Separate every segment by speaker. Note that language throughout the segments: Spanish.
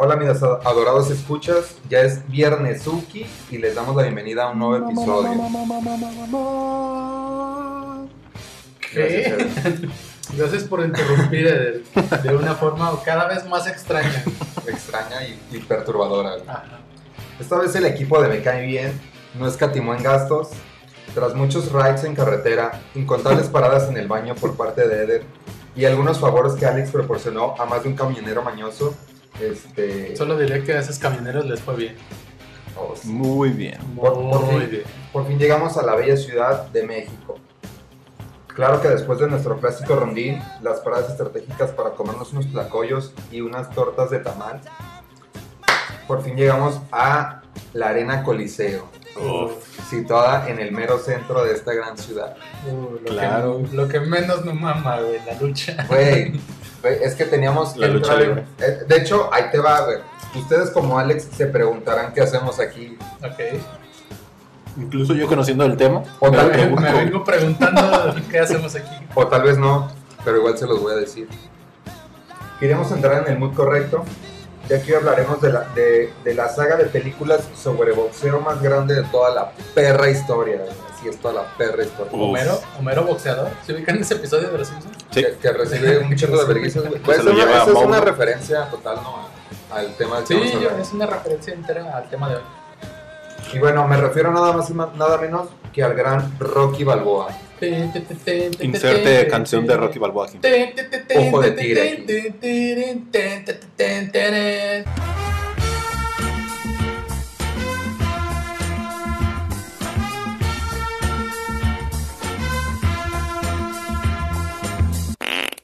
Speaker 1: Hola mis adorados escuchas, ya es viernes Uki y les damos la bienvenida a un nuevo episodio.
Speaker 2: Uh,
Speaker 1: Gracias,
Speaker 2: ¿Qué?
Speaker 1: Edwin.
Speaker 2: Gracias por interrumpir Eder, de una forma cada vez más extraña.
Speaker 1: extraña y, y perturbadora. güey.
Speaker 2: Ajá.
Speaker 1: Esta vez el equipo de Me Cae Bien no escatimó en gastos. Tras muchos rides en carretera, incontables paradas en el baño por parte de Eder y algunos favores que Alex proporcionó a más de un camionero mañoso, este,
Speaker 2: Solo diré que a esos camioneros les fue bien.
Speaker 1: oh, sí.
Speaker 3: Muy bien.
Speaker 1: Por- por
Speaker 2: Muy
Speaker 1: fin.
Speaker 2: bien.
Speaker 1: por fin llegamos a la bella ciudad de México. Claro que después de nuestro clásico rondín, las paradas estratégicas para comernos unos tlacoyos y unas tortas de tamal, por fin llegamos a la Arena Coliseo.
Speaker 3: Uf,
Speaker 1: situada en el mero centro de esta gran ciudad.
Speaker 2: Uh, lo,
Speaker 3: Claro.
Speaker 2: que, lo que menos me mama, güey, la lucha.
Speaker 1: Güey, güey, es que teníamos que
Speaker 3: La lucha
Speaker 1: entrar-
Speaker 3: libre.
Speaker 1: eh, De hecho, ahí te va, güey. Ustedes como Alex se preguntarán qué hacemos aquí.
Speaker 2: Ok.
Speaker 3: incluso yo conociendo el tema,
Speaker 1: O
Speaker 3: me
Speaker 1: tal,
Speaker 2: Me,
Speaker 1: vez,
Speaker 2: me vengo preguntando qué hacemos aquí.
Speaker 1: o tal vez no, pero igual se los voy a decir. Queremos entrar en el mood correcto. Y aquí hablaremos de la, de, de la saga de películas sobre boxeo más grande de toda la perra historia. güey. Así es, toda la perra historia.
Speaker 3: Uf.
Speaker 2: Homero, Homero boxeador. ¿Se ubican ese episodio de los Simpsons?
Speaker 3: Uh, Sí.
Speaker 1: Que, que recibe un chingo de vergüenzas, güey.
Speaker 3: Que se
Speaker 1: Pues
Speaker 3: lo
Speaker 1: una-
Speaker 3: lleva a
Speaker 1: esa es
Speaker 3: Mauro.
Speaker 1: una referencia total, ¿no? Al tema del que
Speaker 2: Sí,
Speaker 1: vamos a
Speaker 2: yo-
Speaker 1: hablar.
Speaker 2: es una referencia entera al tema de hoy.
Speaker 1: Y bueno, me refiero nada más y ma- nada menos que al gran Rocky Balboa.
Speaker 3: inserte canción de Rocky Balboa aquí.
Speaker 1: Ojo
Speaker 2: Ojo
Speaker 1: de tigre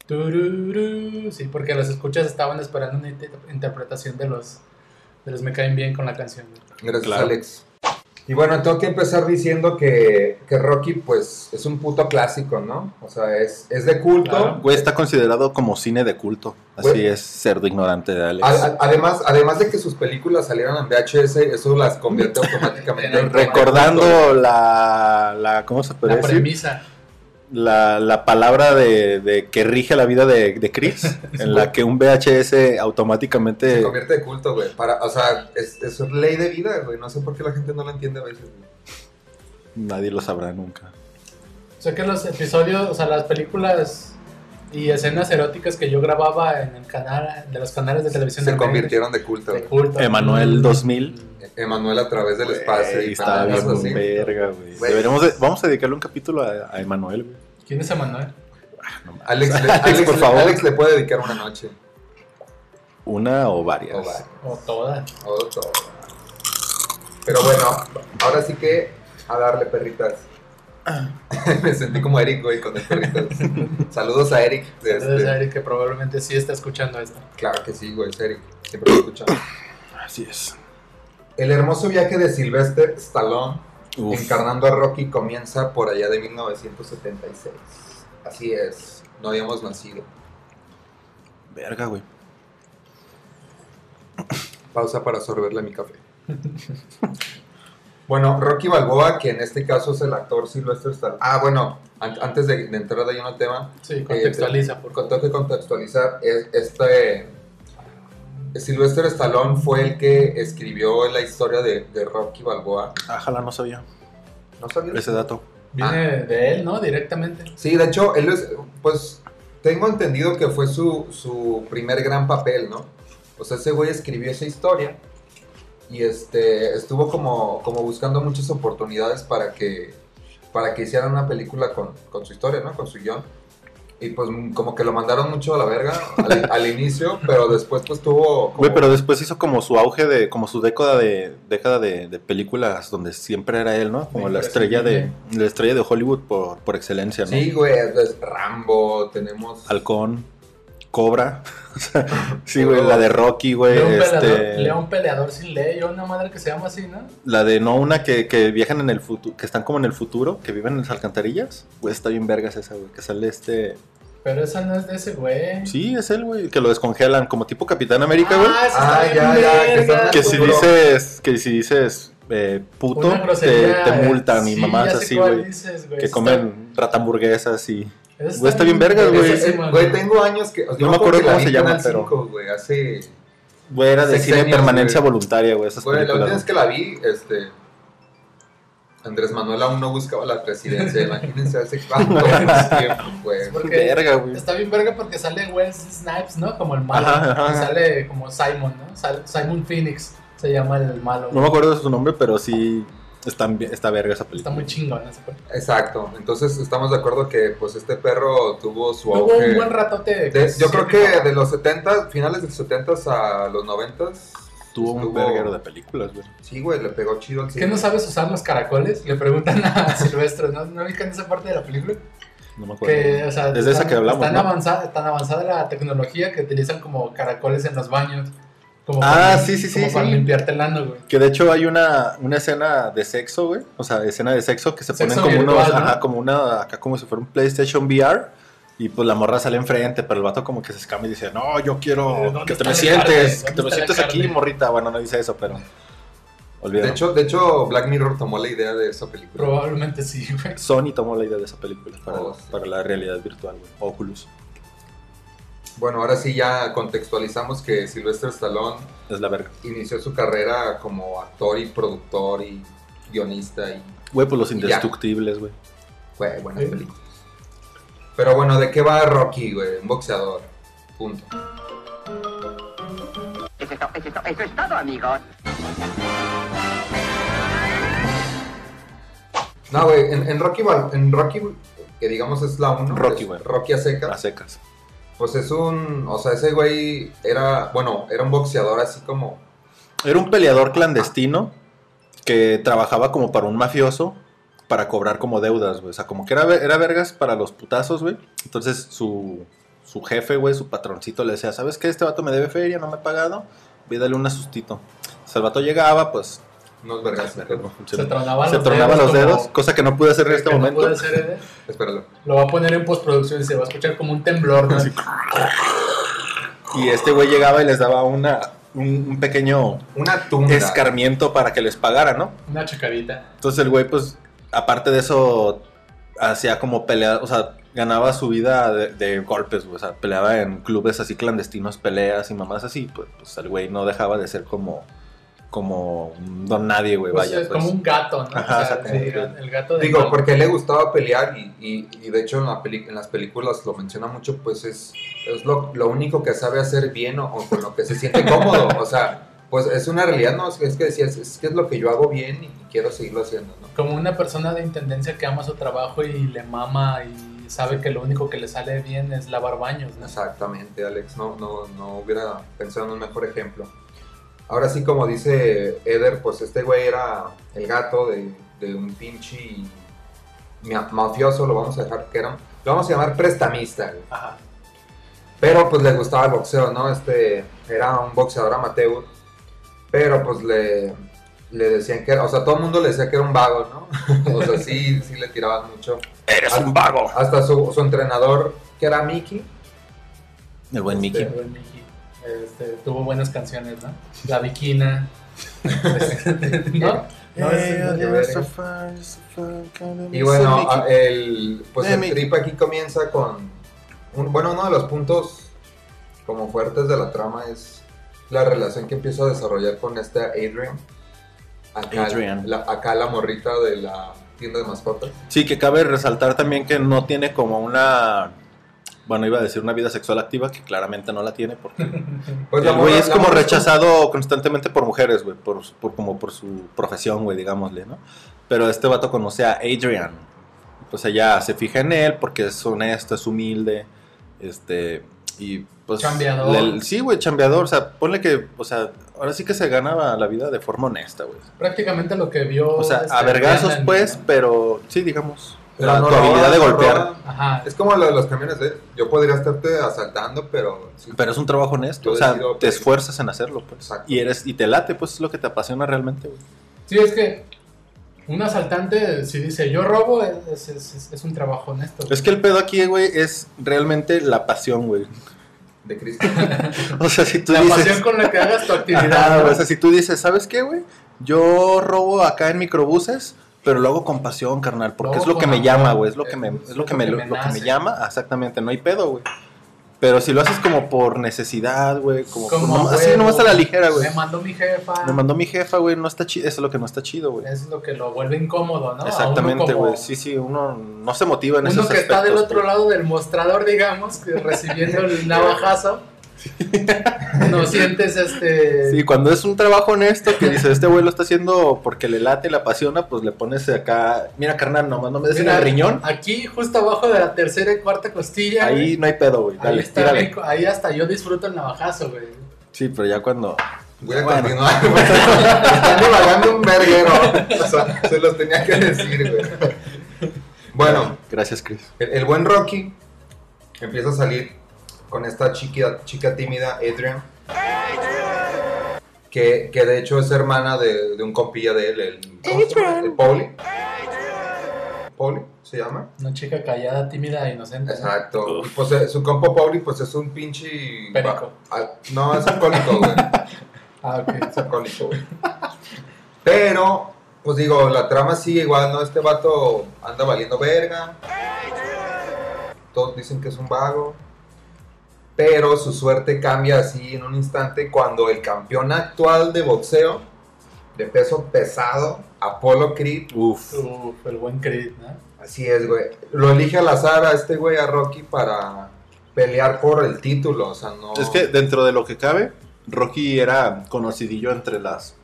Speaker 2: Tururú. Sí, porque los escuchas estaban esperando una inter- interpretación de los de los me caen bien con la canción. güey.
Speaker 1: Gracias,
Speaker 3: Claro.
Speaker 1: Alex. Y bueno, tengo que empezar diciendo que, que Rocky, pues, es un puto clásico, ¿no? O sea, es, es de culto.
Speaker 2: Claro.
Speaker 3: Güey, está considerado como cine de culto. Así
Speaker 1: Güey.
Speaker 3: es, cerdo ignorante de Alex.
Speaker 1: A- a- además, además de que sus películas salieran en VHS, eso las convierte automáticamente en
Speaker 3: Recordando la, la. ¿Cómo se puede
Speaker 2: La
Speaker 3: decir?
Speaker 2: premisa.
Speaker 3: la, la palabra de, de que rige la vida de, de Chris, en la que un VHS automáticamente...
Speaker 1: Se convierte de culto, güey. Para, o sea, es, es ley de vida, güey. No sé por qué la gente no la entiende a veces. güey.
Speaker 3: Nadie lo sabrá nunca.
Speaker 2: O sea que los episodios, o sea, las películas y escenas eróticas que yo grababa en el canal, de los canales de televisión
Speaker 1: Se
Speaker 2: del Medio,
Speaker 1: convirtieron de culto.
Speaker 2: de
Speaker 1: güey.
Speaker 2: culto.
Speaker 3: Emanuel 2000.
Speaker 1: Emanuel a través del espacio.
Speaker 3: Güey,
Speaker 1: y
Speaker 3: estaba
Speaker 1: mamadas
Speaker 3: bien
Speaker 1: así.
Speaker 3: verga, güey.
Speaker 1: Güey.
Speaker 3: Deberíamos de- vamos a dedicarle un capítulo a, a Emanuel, güey.
Speaker 2: ¿Quién es Emanuel?
Speaker 3: No mames.
Speaker 1: Alex, le,
Speaker 3: Alex,
Speaker 1: Alex,
Speaker 3: por
Speaker 1: le-
Speaker 3: favor.
Speaker 1: Alex le puede dedicar una noche. Oh,
Speaker 3: Una o varias.
Speaker 1: O varias,
Speaker 2: O toda.
Speaker 1: o dos. Pero bueno, ahora sí que a darle perritas. Ah. Me sentí como Eric, güey, con el perritas. Saludos a Eric. de
Speaker 2: Debe
Speaker 1: este-
Speaker 2: ser Eric que probablemente sí está escuchando esto.
Speaker 1: Claro que sí, güey, es Eric. Siempre lo escuchamos.
Speaker 3: Así es.
Speaker 1: El hermoso viaje de Sylvester Stallone
Speaker 3: Uf.
Speaker 1: encarnando a Rocky comienza por allá de 1976. Así es, no habíamos nacido.
Speaker 3: Verga, güey.
Speaker 1: Pausa para sorberle mi café. bueno, Rocky Balboa, que en este caso es el actor Sylvester Stallone. Ah, bueno, an- antes de, de entrar de lleno al tema,
Speaker 2: Sí, contextualiza, por
Speaker 1: Eh, con- tengo que contextualizar. es- Este Sylvester Stallone fue el que escribió la historia de, de Rocky Balboa.
Speaker 3: Ajala, no sabía
Speaker 1: ¿No sabías?
Speaker 3: ese dato.
Speaker 1: ah.
Speaker 2: Viene de él, ¿no? Directamente.
Speaker 1: Sí, de hecho, él es, pues, tengo entendido que fue su, su primer gran papel, ¿no? O sea, ese güey escribió esa historia y este, estuvo como, como buscando muchas oportunidades para que, para que hicieran una película con, con su historia, ¿no? Con su guión. Y pues mm, como que lo mandaron mucho a la verga al, al inicio, pero después pues tuvo... como-
Speaker 3: Güey, pero después hizo como su auge de, como su década de, década de, de películas donde siempre era él, ¿no? Como
Speaker 2: Sí,
Speaker 3: la
Speaker 2: pero
Speaker 3: estrella
Speaker 2: sí,
Speaker 3: de, la estrella de Hollywood por, por excelencia, ¿no?
Speaker 1: Sí, güey, es Rambo, tenemos...
Speaker 3: Halcón, Cobra, o sea, sí, güey, la de Rocky, güey,
Speaker 2: León,
Speaker 3: este,
Speaker 2: peleador, León peleador sin ley, o una madre que se llama así, ¿no?
Speaker 3: la de no una que, que viajan en el futuro, que están como en el futuro, que viven en las alcantarillas, güey, está bien vergas esa, güey, que sale este,
Speaker 2: Pero esa no es de ese güey.
Speaker 3: sí, es él, güey, que lo descongelan como tipo Capitán América, güey,
Speaker 2: Ah, esa
Speaker 1: Ah,
Speaker 2: está
Speaker 1: ya,
Speaker 2: bien
Speaker 1: ya, que
Speaker 2: verga.
Speaker 1: está-
Speaker 3: que si
Speaker 1: seguro.
Speaker 3: dices, que si dices eh, puto,
Speaker 2: Una
Speaker 3: te,
Speaker 2: grosería,
Speaker 3: te
Speaker 2: eh,
Speaker 3: multan y
Speaker 2: sí,
Speaker 3: mamás
Speaker 2: ya sé
Speaker 3: así,
Speaker 2: cuál
Speaker 3: güey.
Speaker 2: dices, güey,
Speaker 3: que
Speaker 2: esa
Speaker 3: comen ratamburguesas y
Speaker 2: está- esa
Speaker 3: Güey, está bien vergas, güey.
Speaker 1: Ese-
Speaker 2: verguísima,
Speaker 1: Güey, tengo años que...
Speaker 3: No me acuerdo
Speaker 1: que la
Speaker 3: cómo
Speaker 1: vi
Speaker 3: se
Speaker 1: en
Speaker 3: llama,
Speaker 1: Canal
Speaker 3: pero-
Speaker 1: 5, güey, hace...
Speaker 3: güey, era de
Speaker 1: Sexenios,
Speaker 3: cine permanencia
Speaker 1: güey.
Speaker 3: voluntaria, güey, esas
Speaker 1: Güey, la última
Speaker 3: películas.
Speaker 1: vez que la vi, este... Andrés Manuel aún no buscaba la presidencia, imagínense hace cuánto tiempo, güey.
Speaker 2: Es porque
Speaker 3: Verga, güey.
Speaker 2: Está bien verga porque sale Wes Snipes, ¿no? Como el malo.
Speaker 3: Ajá, ajá,
Speaker 2: Y
Speaker 3: ajá.
Speaker 2: sale como Simon, ¿no? Sal- Simon Phoenix se llama el malo.
Speaker 3: No me acuerdo de su nombre, pero sí está, está verga esa
Speaker 2: Está
Speaker 3: película.
Speaker 2: muy chingón ese perro.
Speaker 1: Exacto, entonces estamos de acuerdo que pues este perro tuvo su
Speaker 2: Tuvo
Speaker 1: auge.
Speaker 2: un buen ratote.
Speaker 1: De- yo creo
Speaker 2: siete,
Speaker 1: que
Speaker 2: ¿no?
Speaker 1: de los 70, finales de los 70 a los 90,
Speaker 3: Tuvo un
Speaker 1: Estuvo-
Speaker 3: verguero de películas, güey.
Speaker 1: sí, güey, le pegó chido al
Speaker 2: ¿Qué
Speaker 1: cine.
Speaker 2: no sabes usar los caracoles? Le preguntan a Silvestre, ¿no? ¿No ubican esa parte de la película?
Speaker 3: No me acuerdo.
Speaker 2: Que, o sea,
Speaker 3: Es de esa
Speaker 2: tan-
Speaker 3: que hablamos,
Speaker 2: Tan,
Speaker 3: ¿no?
Speaker 2: avanzada, tan avanzada la tecnología que utilizan como caracoles en los baños. Como
Speaker 3: Ah,
Speaker 2: para-
Speaker 3: sí, sí, sí,
Speaker 2: como para
Speaker 3: sí.
Speaker 2: limpiarte el ano, güey.
Speaker 3: Que de hecho hay una, una escena de sexo, güey. O sea, escena de sexo que se
Speaker 2: Sexo
Speaker 3: ponen como
Speaker 2: virtual,
Speaker 3: unos,
Speaker 2: ¿no?
Speaker 3: ajá, como una, acá como si fuera un PlayStation VR. Y pues la morra sale enfrente, pero el vato como que se escama y dice, no, yo
Speaker 2: Eh,
Speaker 3: quiero
Speaker 2: ¿dónde
Speaker 3: que te
Speaker 2: está
Speaker 3: me
Speaker 2: la
Speaker 3: sientes,
Speaker 2: carne?
Speaker 3: que te me
Speaker 2: ¿Dónde está la
Speaker 3: sientes aquí,
Speaker 2: carne?
Speaker 3: morrita. Bueno, no dice eso, pero... Olvídalo.
Speaker 1: De hecho, de hecho, Black Mirror tomó la idea de esa película.
Speaker 2: Probablemente sí, güey.
Speaker 3: Sony tomó la idea de esa película para,
Speaker 1: Oh, sí.
Speaker 3: para la realidad virtual, güey. Oculus.
Speaker 1: Bueno, ahora sí ya contextualizamos que Sylvester Stallone
Speaker 3: Es la verga.
Speaker 1: inició su carrera como actor y productor y guionista y
Speaker 3: Güey, pues los
Speaker 1: Y ya.
Speaker 3: indestructibles, güey.
Speaker 1: fue buena
Speaker 2: Sí.
Speaker 1: película. Pero bueno, ¿de qué va Rocky, güey? Un boxeador. Punto.
Speaker 4: Eso es todo, eso es todo, eso es todo, amigos.
Speaker 1: No, güey, en, en Rocky, Bal- en Rocky, que digamos es la 1.
Speaker 3: Rocky, güey.
Speaker 1: Rocky a secas.
Speaker 3: A secas.
Speaker 1: Pues es un, o sea, ese güey era, bueno, era un boxeador así como,
Speaker 3: Era un peleador clandestino que trabajaba como para un mafioso para cobrar como deudas, güey. O sea, como que era, era vergas para los putazos, güey. Entonces su, su jefe, güey, su patroncito le decía, ¿sabes qué? Este vato me debe feria, no me ha pagado. Voy a darle un asustito. O sea, el vato llegaba, pues...
Speaker 1: unos vergas.
Speaker 3: Se,
Speaker 2: Se tronaba
Speaker 3: se
Speaker 2: los
Speaker 3: tronaba
Speaker 2: dedos
Speaker 3: los dedos,
Speaker 2: como-
Speaker 3: cosa que no pude hacer en este
Speaker 2: que no
Speaker 3: momento.
Speaker 2: puede ser, ¿eh?
Speaker 1: Espéralo.
Speaker 2: Lo va a poner en postproducción y se va a escuchar como un temblor. ¿no?
Speaker 3: Y este güey llegaba y les daba una, un, un pequeño
Speaker 1: Una tunda.
Speaker 3: escarmiento para que les pagara, ¿no?
Speaker 2: Una chacadita.
Speaker 3: Entonces el güey, pues, aparte de eso, hacía como pelea, o sea, ganaba su vida de, de golpes, güey. O sea, peleaba en clubes así clandestinos, peleas y mamás así. Pues, pues el güey no dejaba de ser como, como un don nadie, güey.
Speaker 2: Pues,
Speaker 3: Vaya,
Speaker 2: es
Speaker 3: pues.
Speaker 2: como un gato, ¿no?
Speaker 3: Ajá,
Speaker 2: O sea,
Speaker 3: o sea,
Speaker 2: sí,
Speaker 3: como-
Speaker 2: el gato de
Speaker 1: Digo, porque le gustaba pelear y, y- y de hecho en, la peli- en las películas lo menciona mucho, pues es, es lo, lo único que sabe hacer bien o, o con lo que se siente cómodo. O sea, pues es una realidad, ¿no? Es, que- es que decías, es que es lo que yo hago bien y quiero seguirlo haciendo, ¿no?
Speaker 2: como una persona de intendencia que ama su trabajo y le mama y sabe que lo único que le sale bien es lavar baños, ¿no?
Speaker 1: Exactamente, Alex. No, no, no hubiera pensado en un mejor ejemplo. Ahora sí, como dice Eder, pues este güey era el gato de, de un pinche mia- mafioso, lo vamos a dejar que era. un- Lo vamos a llamar prestamista, güey.
Speaker 2: Ajá.
Speaker 1: Pero pues le gustaba el boxeo, ¿no? Este era un boxeador amateur. Pero pues le, le decían que era, o sea, todo el mundo le decía que era un vago, ¿no? o sea, sí, sí le tiraban mucho.
Speaker 3: ¡Eres un vago!
Speaker 1: Hasta su, su entrenador, que era Mickey,
Speaker 3: El buen Mickey.
Speaker 2: Pero el Mickey, este, tuvo buenas canciones, ¿no? La Viquina.
Speaker 3: Eh,
Speaker 2: ¿No? No, ese no,
Speaker 1: que ver. Y bueno, ah, a- el, pues
Speaker 3: Eh,
Speaker 1: el
Speaker 3: mi-
Speaker 1: trip aquí comienza con... un- bueno, uno de los puntos como fuertes de la trama es la relación que empieza a desarrollar con esta Adrian. Acá,
Speaker 3: Adrian.
Speaker 1: La, acá la morrita de la tienda de mascotas.
Speaker 3: Sí, que cabe resaltar también que no tiene como una. Bueno, iba a decir una vida sexual activa, que claramente no la tiene, porque
Speaker 1: Pues la
Speaker 3: el güey
Speaker 1: morra-
Speaker 3: es
Speaker 1: la
Speaker 3: como
Speaker 1: morra
Speaker 3: rechazado constantemente por mujeres, güey, por, su- por- como por su profesión, güey, digámosle, ¿no? Pero este vato conoce a Adrian. pues ella se fija en él porque es honesto, es humilde, este, y pues...
Speaker 2: Chambeador.
Speaker 3: le- sí, güey, chambeador, o sea, ponle que, o sea, ahora sí que se ganaba la vida de forma honesta, güey.
Speaker 2: Prácticamente lo que vio.
Speaker 3: O sea,
Speaker 2: este,
Speaker 3: a vergazos,
Speaker 2: Brennan,
Speaker 3: pues,
Speaker 2: ¿no?
Speaker 3: pero sí, digamos,
Speaker 1: Pero
Speaker 3: la,
Speaker 1: no
Speaker 3: tu
Speaker 1: roban,
Speaker 3: habilidad de
Speaker 1: no
Speaker 3: golpear,
Speaker 1: roban.
Speaker 2: Ajá.
Speaker 1: Es como lo de los camiones, ¿eh? Yo podría estarte asaltando, pero... sí.
Speaker 3: pero es un trabajo honesto,
Speaker 1: Yo
Speaker 3: o sea,
Speaker 1: decido-
Speaker 3: te esfuerzas en hacerlo, pues,
Speaker 1: Exacto.
Speaker 3: y eres, y te late, pues, es lo que te apasiona realmente, güey.
Speaker 2: Sí, es que un asaltante, si dice yo robo, es, es- es- es un trabajo honesto.
Speaker 3: Es que el pedo aquí, güey, es realmente la pasión, güey.
Speaker 1: De Cristo.
Speaker 3: O sea, si tú
Speaker 2: la
Speaker 3: dices...
Speaker 2: pasión con la que hagas tu
Speaker 3: Ajá,
Speaker 2: actividad.
Speaker 3: güey,
Speaker 2: ¿no?
Speaker 3: o sea, si tú dices, ¿sabes qué, güey? Yo robo acá en microbuses, pero lo hago con pasión, carnal, porque
Speaker 2: Lo
Speaker 3: es lo
Speaker 2: hago
Speaker 3: que
Speaker 2: con
Speaker 3: me
Speaker 2: amor,
Speaker 3: llama, güey, es lo que
Speaker 2: es-
Speaker 3: me
Speaker 2: es
Speaker 3: es lo que me lo que me
Speaker 2: nace.
Speaker 3: llama, exactamente, no hay pedo, güey. Pero si lo haces como por necesidad, güey, como, por-
Speaker 2: Como,
Speaker 3: no- así
Speaker 2: huevo,
Speaker 3: nomás a la ligera, güey.
Speaker 2: Me mandó mi jefa.
Speaker 3: Me mandó mi jefa, güey, no está chido, eso es lo que no está chido, güey.
Speaker 2: Es lo que lo vuelve incómodo, ¿no? A uno
Speaker 3: Exactamente,
Speaker 2: como-
Speaker 3: güey. Sí, sí, uno no se motiva en
Speaker 2: Uno que
Speaker 3: esos
Speaker 2: está del
Speaker 3: aspectos,
Speaker 2: otro
Speaker 3: güey.
Speaker 2: lado del mostrador, digamos, que recibiendo el navajazo, no sientes este...
Speaker 3: Sí, cuando es un trabajo honesto que dices, este güey lo está haciendo porque le late, le apasiona, pues le pones acá, mira carnal, nomás no me des en
Speaker 2: Mira,
Speaker 3: el riñón.
Speaker 2: Aquí, justo abajo de la tercera y cuarta costilla,
Speaker 3: Ahí no hay pedo, güey.
Speaker 2: güey,
Speaker 3: Dale,
Speaker 2: ahí, está
Speaker 3: tírale.
Speaker 2: rico, ahí hasta yo disfruto el navajazo, güey.
Speaker 3: Sí, pero ya cuando.
Speaker 1: Voy a
Speaker 3: Bueno.
Speaker 1: continuar, güey. Están divagando un verguero. O sea, se los tenía que decir, güey. Bueno,
Speaker 3: Gracias, Chris.
Speaker 1: el, el buen Rocky empieza a salir con esta chica, chica tímida, Adrian. Que, que de hecho es hermana de, de un compilla de él, el, ¿cómo se llama? El Pauli. Pauli se llama.
Speaker 2: Una chica callada, tímida e inocente. ¿no?
Speaker 1: Exacto. Y pues eh, su compa Pauli pues es un pinche...
Speaker 2: Perico.
Speaker 1: Ah, No, es alcohólico, güey.
Speaker 2: Ah, ok.
Speaker 1: alcohólico, güey. Pero, pues digo, la trama sigue igual, ¿no? Este vato anda valiendo verga. Todos dicen que es un vago. Pero su suerte cambia así en un instante cuando el campeón actual de boxeo, de peso pesado, Apolo Creed,
Speaker 3: Uf.
Speaker 2: Uf, el buen Creed, ¿no?
Speaker 1: así es, güey, lo elige al azar a este güey, a Rocky, para pelear por el título. O sea, no.
Speaker 3: Es que dentro de lo que cabe, Rocky era conocidillo entre las.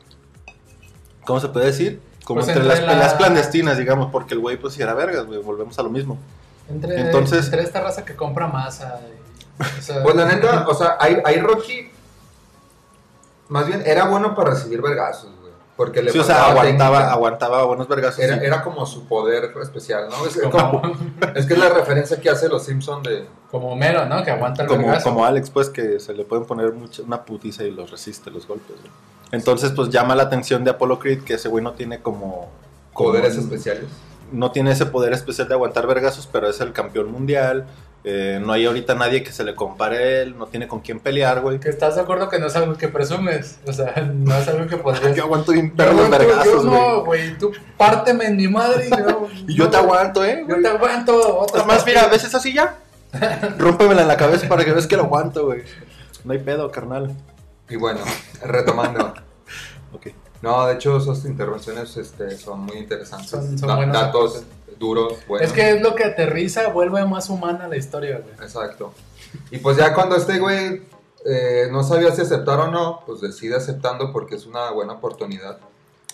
Speaker 3: ¿Cómo se puede decir? Como
Speaker 2: Pues
Speaker 3: entre,
Speaker 2: entre
Speaker 3: las
Speaker 2: la-
Speaker 3: peleas clandestinas, digamos, porque el güey pues sí era vergas, güey. Volvemos a lo mismo.
Speaker 2: Entre,
Speaker 3: Entonces-
Speaker 2: entre esta raza que compra masa. y- o sea,
Speaker 1: Pues la neta, o sea, ahí, ahí Rocky. Más bien, era bueno para recibir vergazos, güey. Porque le
Speaker 3: Sí, o sea,
Speaker 1: faltaba
Speaker 3: aguantaba,
Speaker 1: técnica.
Speaker 3: aguantaba buenos vergazos.
Speaker 1: Era,
Speaker 3: sí.
Speaker 1: era como su poder especial, ¿no? Es, es
Speaker 2: como,
Speaker 1: como- es que es la referencia que hace los Simpsons de.
Speaker 2: como Homero, ¿no? Que aguanta el
Speaker 3: como,
Speaker 2: vergazo.
Speaker 3: como Alex, pues, que se le pueden poner mucha- una putiza y los resiste los golpes. güey. Entonces, pues llama la atención de Apollo Creed que ese güey no tiene como. como
Speaker 1: Poderes
Speaker 3: un-
Speaker 1: especiales.
Speaker 3: no tiene ese poder especial de aguantar vergazos, pero es el campeón mundial. eh, no hay ahorita nadie que se le compare a él, no tiene con quién pelear, güey.
Speaker 2: Que estás de acuerdo que no es algo que presumes. O sea, no es algo que podrías.
Speaker 3: Yo aguanto bien
Speaker 2: Yo
Speaker 3: perros
Speaker 2: no,
Speaker 3: vergazos,
Speaker 2: yo
Speaker 3: güey.
Speaker 2: no, güey. Tú párteme en mi madre y yo.
Speaker 3: Y yo te aguanto, eh.
Speaker 2: Yo te aguanto. Otra
Speaker 3: Nada más, mira, ¿ves eso así ya? Rómpemela en la cabeza para que veas que lo aguanto, güey. No hay pedo, carnal.
Speaker 1: Y bueno, retomando.
Speaker 3: Ok.
Speaker 1: No, de hecho, sus intervenciones este, son muy interesantes.
Speaker 2: Son- son
Speaker 1: Da-
Speaker 2: buenas.
Speaker 1: datos duros, buenos.
Speaker 2: Es que es lo que aterriza, vuelve más humana la historia, güey.
Speaker 1: Exacto. Y pues ya cuando este güey eh, no sabía si aceptar o no, pues decide aceptando porque es una buena oportunidad.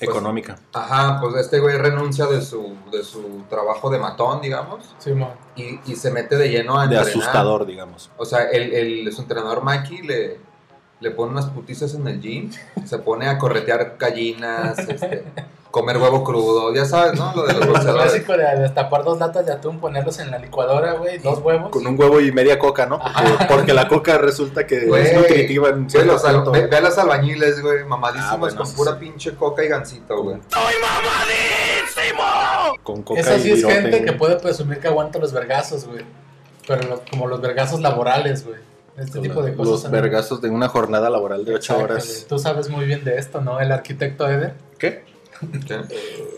Speaker 3: Económica.
Speaker 1: Ajá, pues este güey renuncia de su, de su trabajo de matón, digamos,
Speaker 2: Simón.
Speaker 1: y, y se mete de lleno a
Speaker 3: De
Speaker 1: entrenar.
Speaker 3: asustador, digamos.
Speaker 1: O sea, el, el- su entrenador Mikey le, le pone unas putizas en el gym, se pone a corretear gallinas, este, comer huevo crudo, ya sabes, ¿no? Lo de los
Speaker 2: Lo
Speaker 1: boxeadores.
Speaker 2: clásico de destapar dos latas de atún, ponerlos en la licuadora, güey, dos huevos.
Speaker 3: Con un huevo y media coca, ¿no? Porque, porque la coca resulta que
Speaker 1: Güey,
Speaker 3: es nutritiva en
Speaker 1: Güey,
Speaker 3: cierto
Speaker 1: los al-
Speaker 3: punto.
Speaker 1: ve, ve a los albañiles, güey, mamadísimos
Speaker 3: Ah, bueno,
Speaker 1: con
Speaker 3: sí,
Speaker 1: pura
Speaker 3: sí.
Speaker 1: pinche coca y gancito, güey.
Speaker 3: Con coca
Speaker 2: Esa sí
Speaker 3: y
Speaker 2: es
Speaker 3: virote,
Speaker 2: gente que
Speaker 3: güey.
Speaker 2: puede presumir que aguanta los vergazos, güey. Pero los- como los vergazos laborales, güey. Este tipo de cosas.
Speaker 3: Los
Speaker 2: son-
Speaker 3: vergazos de una jornada laboral de ocho
Speaker 2: Exacto,
Speaker 3: horas.
Speaker 2: güey. Tú sabes muy bien de esto, ¿no? El arquitecto Eder.
Speaker 3: ¿Qué?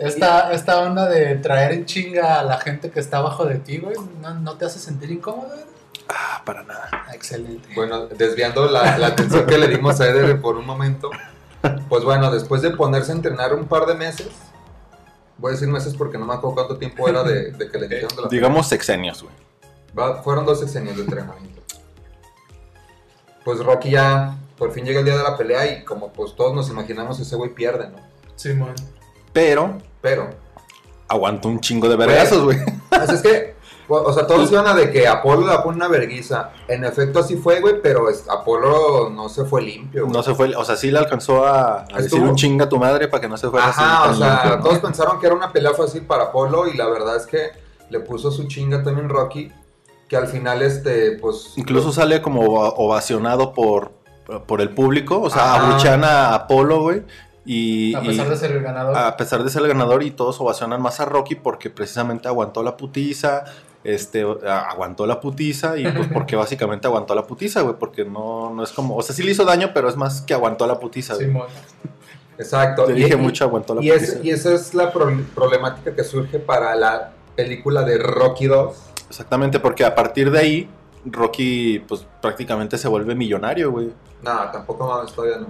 Speaker 2: Esta, esta onda de traer en chinga a la gente que está abajo de ti, güey, ¿no, no te hace sentir incómodo?
Speaker 3: Ah, para nada.
Speaker 2: Excelente.
Speaker 1: Bueno, desviando la, la atención que le dimos a Eder por un momento, pues bueno, después de ponerse a entrenar un par de meses, voy a decir meses porque no me acuerdo cuánto tiempo era de, de que le dijeron de la...
Speaker 3: Digamos sexenios, güey.
Speaker 1: Va- fueron dos sexenios de entrenamiento. Pues Rocky ya, por fin llega el día de la pelea y como pues todos nos imaginamos, ese güey pierde, ¿no?
Speaker 2: Simón.
Speaker 3: Pero
Speaker 1: Pero,
Speaker 3: aguanto un chingo de vergazos, güey.
Speaker 1: Así es que, o, o sea, todos iban a de que Apolo la pone una verguiza. En efecto, así fue, güey, pero es- Apolo no se fue limpio, güey.
Speaker 3: No se fue, o sea, sí le alcanzó a, a
Speaker 1: Estuvo-
Speaker 3: decir un chinga a tu madre para que no se fuera
Speaker 1: Ajá,
Speaker 3: Pues, así
Speaker 1: o
Speaker 3: tan
Speaker 1: sea,
Speaker 3: limpio, ¿no?
Speaker 1: todos pensaron que era una pelea fácil para Apolo y la verdad es que le puso su chinga también Rocky, que al final, este, pues...
Speaker 3: Incluso sale como ova- ovacionado por, por el público, o sea,
Speaker 1: Ajá.
Speaker 3: abuchan a Apolo, güey. Y,
Speaker 2: A
Speaker 3: y-
Speaker 2: pesar de ser el ganador.
Speaker 3: a pesar de ser el ganador y todos ovacionan más a Rocky porque precisamente aguantó la putiza, este, a- aguantó la putiza y pues porque básicamente aguantó la putiza, güey, porque no, no es como, o sea, sí le hizo daño, pero es más que aguantó la putiza, güey.
Speaker 2: Simón.
Speaker 1: Exacto.
Speaker 3: Yo
Speaker 1: y-
Speaker 3: dije
Speaker 1: y-
Speaker 3: mucho aguantó la
Speaker 1: Y, es-
Speaker 3: putiza.
Speaker 1: y esa es la pro- problemática que surge para la película de Rocky 2.
Speaker 3: Exactamente, porque a partir de ahí Rocky pues prácticamente se vuelve millonario, güey.
Speaker 1: Nada, tampoco mames, todavía no.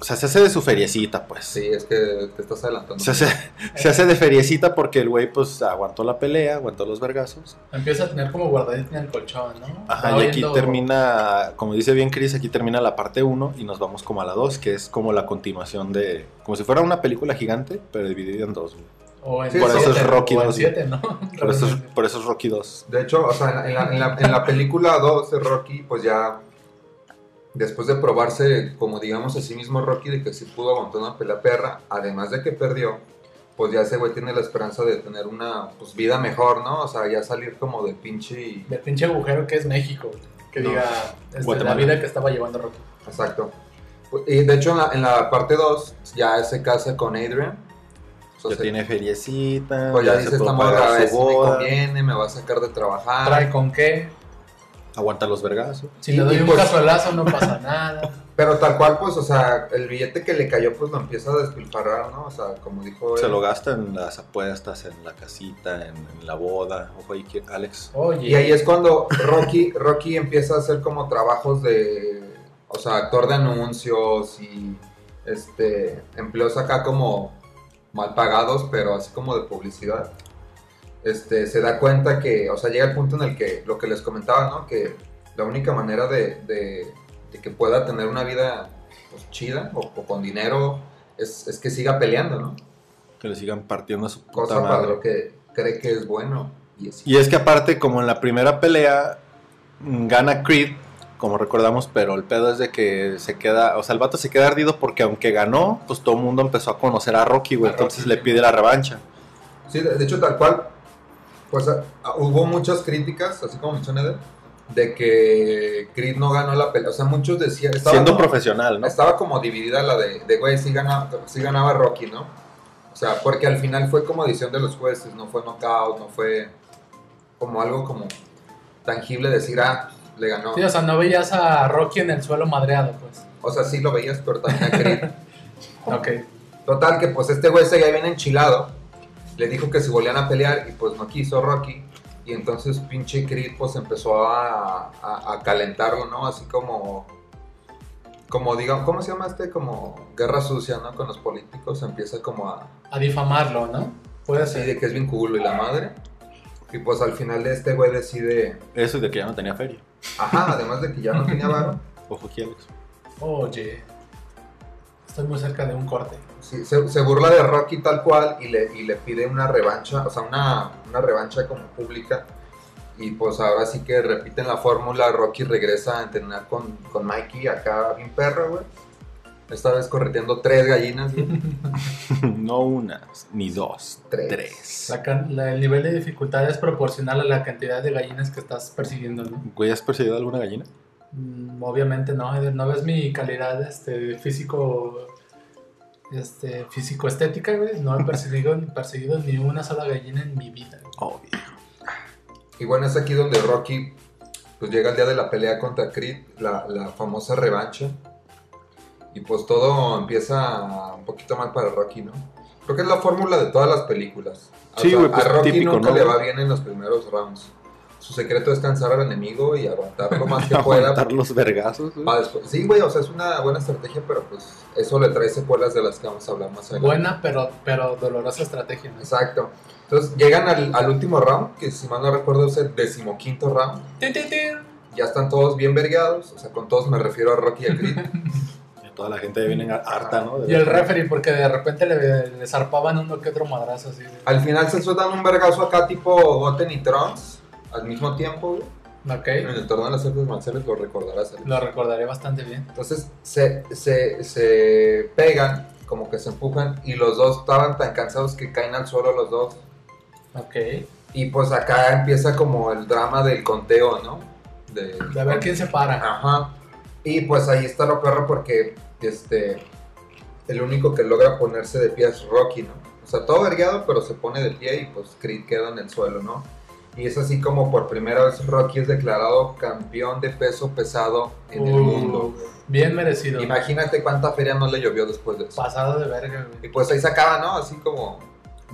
Speaker 3: O sea, se hace de su feriecita, pues.
Speaker 1: Sí, es que te estás adelantando.
Speaker 3: Se hace, se hace de feriecita porque el güey pues aguantó la pelea, aguantó los vergazos.
Speaker 2: Empieza a tener como guardadita en el colchón, ¿no?
Speaker 3: Ajá,
Speaker 2: Va
Speaker 3: y aquí
Speaker 2: oyendo-
Speaker 3: termina, como dice bien Chris, aquí termina la parte 1 y nos vamos como a la 2, que es como la continuación de... Como si fuera una película gigante, pero dividida en dos. güey.
Speaker 2: O en
Speaker 1: Sí, por
Speaker 2: siete,
Speaker 1: eso
Speaker 3: es Rocky
Speaker 2: o en
Speaker 3: dos.
Speaker 2: siete, ¿no?
Speaker 3: Por eso, es, por eso es Rocky 2.
Speaker 1: De hecho, o sea, en la, en la- en la película 2 de Rocky, pues ya después de probarse, como digamos a sí mismo Rocky, de que sí pudo aguantar una pelea perra, además de que perdió, pues ya ese güey tiene la esperanza de tener una pues, vida mejor, ¿no? O sea, ya salir como del pinche...
Speaker 2: Del pinche agujero que es México. Que
Speaker 1: No.
Speaker 2: diga este, la
Speaker 3: Guatemala.
Speaker 2: vida que estaba llevando Rocky.
Speaker 1: Exacto. Y de hecho, en la, en la parte 2 ya se casa con Adrian. O sea,
Speaker 3: Ya
Speaker 1: se-
Speaker 3: tiene feriecita,
Speaker 1: pues ya, dice
Speaker 3: se
Speaker 1: esta
Speaker 3: puede
Speaker 1: morra, a
Speaker 3: pagar
Speaker 1: ver si
Speaker 3: su
Speaker 1: me
Speaker 3: boda,
Speaker 1: conviene, me va a sacar de trabajar.
Speaker 2: Trae con qué.
Speaker 3: aguanta los vergazos.
Speaker 2: Si
Speaker 1: Ah. Y-
Speaker 2: le
Speaker 1: y
Speaker 2: doy un
Speaker 1: pues-
Speaker 2: cazuelazo no pasa nada.
Speaker 1: Pero tal cual, pues, o sea, el billete que le cayó, pues lo empieza a despilfarrar, ¿no? O sea, como dijo.
Speaker 3: Se
Speaker 1: él.
Speaker 3: lo gasta en las apuestas, en la casita, en, en la boda. Ojo ahí, que- Alex.
Speaker 2: Oye.
Speaker 1: Y ahí es cuando Rocky, Rocky empieza a hacer como trabajos de. O sea, actor de anuncios y este empleos acá como mal pagados, pero así como de publicidad. Este, se da cuenta que, o sea, llega el punto en el que lo que les comentaba, ¿no? Que la única manera de, de- de que pueda tener una vida pues, chida o, o con dinero es, es que siga peleando, ¿no?
Speaker 3: Que le sigan partiendo a su puta
Speaker 1: cosa para
Speaker 3: madre.
Speaker 1: lo que cree que es bueno. Y es
Speaker 3: Y es que aparte, como en la primera pelea, mm, gana Creed, como recordamos, pero el pedo es de que se queda, o sea, el vato se queda ardido porque aunque ganó, pues todo el mundo empezó a conocer a Rocky, güey,
Speaker 2: A
Speaker 3: entonces
Speaker 2: Rocky,
Speaker 3: le
Speaker 2: sí.
Speaker 3: pide la revancha.
Speaker 1: Sí, de, de hecho, tal cual. Pues a- a- hubo muchas críticas, así como menciona Eder, de que Creed no ganó la pelea. O sea, muchos decían. Estaba
Speaker 3: Siendo
Speaker 1: como,
Speaker 3: profesional, ¿no?
Speaker 1: Estaba como dividida la de, de, güey, sí ganaba, sí ganaba Rocky, ¿no? O sea, porque al final fue como decisión de los jueces, no fue knockout, no fue como algo como tangible decir, ah, le ganó.
Speaker 2: Sí, o sea, no veías a Rocky en el suelo madreado, pues.
Speaker 1: O sea, sí lo veías, pero también a Creed. Ah.
Speaker 2: Ok.
Speaker 1: Total, que pues este güey se ya bien enchilado. Le dijo que se volvían a pelear y pues no quiso Rocky. Y entonces pinche Creed pues empezó a, a- a calentarlo, ¿no? Así como... Como digamos, ¿cómo se llama este? Como guerra sucia, ¿no? Con los políticos. Empieza como a...
Speaker 2: A difamarlo, ¿no? Puede
Speaker 1: Así
Speaker 2: ser.
Speaker 1: de que es bien culo y la madre. Y pues al final de este güey decide...
Speaker 3: Eso y de que ya no tenía feria.
Speaker 1: Ajá, además de que ya no tenía varo.
Speaker 3: Ojo aquí, Alex.
Speaker 2: Oye. Estoy muy cerca de un corte.
Speaker 1: Sí, se, se burla de Rocky tal cual y le, y le pide una revancha, o sea, una, una revancha como pública. Y pues ahora sí que repiten la fórmula, Rocky regresa a entrenar con, con Mikey acá bien perro, güey. Esta vez correteando tres gallinas, güey.
Speaker 3: no una, ni dos,
Speaker 1: Tres.
Speaker 3: tres.
Speaker 2: La can- la- el nivel de dificultad es proporcional a la cantidad de gallinas que estás persiguiendo, ¿no?
Speaker 3: Güey, ¿has perseguido alguna gallina?
Speaker 2: Mm, Obviamente no, Eder, no ves mi calidad este, físico este, físico estética, güey. No he perseguido, perseguido ni una sola gallina en mi vida.
Speaker 3: Obvio.
Speaker 1: Y bueno, es aquí donde Rocky pues llega el día de la pelea contra Creed, la, la famosa revancha. Y pues todo empieza un poquito mal para Rocky, ¿no? Creo que es la fórmula de todas las películas. O
Speaker 3: Sí,
Speaker 1: sea,
Speaker 3: güey, pues,
Speaker 1: a Rocky
Speaker 3: típico,
Speaker 1: nunca
Speaker 3: ¿no?
Speaker 1: le va bien en los primeros rounds. Su secreto es cansar al enemigo y aguantar lo más que pueda.
Speaker 3: Aguantar los vergazos, güey.
Speaker 1: para después- Sí, güey, o sea, es una buena estrategia, pero pues eso le trae secuelas de las que vamos a hablar más adelante.
Speaker 2: Buena, pero, pero dolorosa estrategia, ¿no?
Speaker 1: Exacto. Entonces llegan al, al último round, que si mal no recuerdo es el decimoquinto round.
Speaker 2: Tin, tin, tin.
Speaker 1: ya están todos bien vergueados, o sea, con todos me refiero a Rocky y a Creed,
Speaker 3: toda la gente ya viene harta, ¿no? De
Speaker 2: Y el
Speaker 3: ver-
Speaker 2: referee, porque de repente le, le zarpaban uno que otro madrazo así. güey.
Speaker 1: Al final se sueltan un vergazo acá tipo Goten y Trunks al mismo tiempo, güey. En
Speaker 2: Ok,
Speaker 1: el torneo de las artes marciales lo recordarás. Alex.
Speaker 2: lo recordaré bastante bien.
Speaker 1: Entonces se, se, se pegan, como que se empujan y los dos estaban tan cansados que caen al suelo los dos.
Speaker 2: Ok,
Speaker 1: Y pues acá empieza como el drama del conteo, ¿no? De,
Speaker 2: de a ver quién se para.
Speaker 1: Ajá. Y pues ahí está lo perro porque este el único que logra ponerse de pie es Rocky, ¿no? O sea, todo vergueado, pero se pone de pie y pues Creed queda en el suelo, ¿no? Y es así como por primera vez Rocky es declarado campeón de peso pesado en el
Speaker 2: Uh.
Speaker 1: mundo. güey.
Speaker 2: Bien merecido.
Speaker 1: Imagínate cuánta feria no le llovió después de eso.
Speaker 2: Pasado de verga, güey.
Speaker 1: Y pues ahí se acaba, ¿no? Así como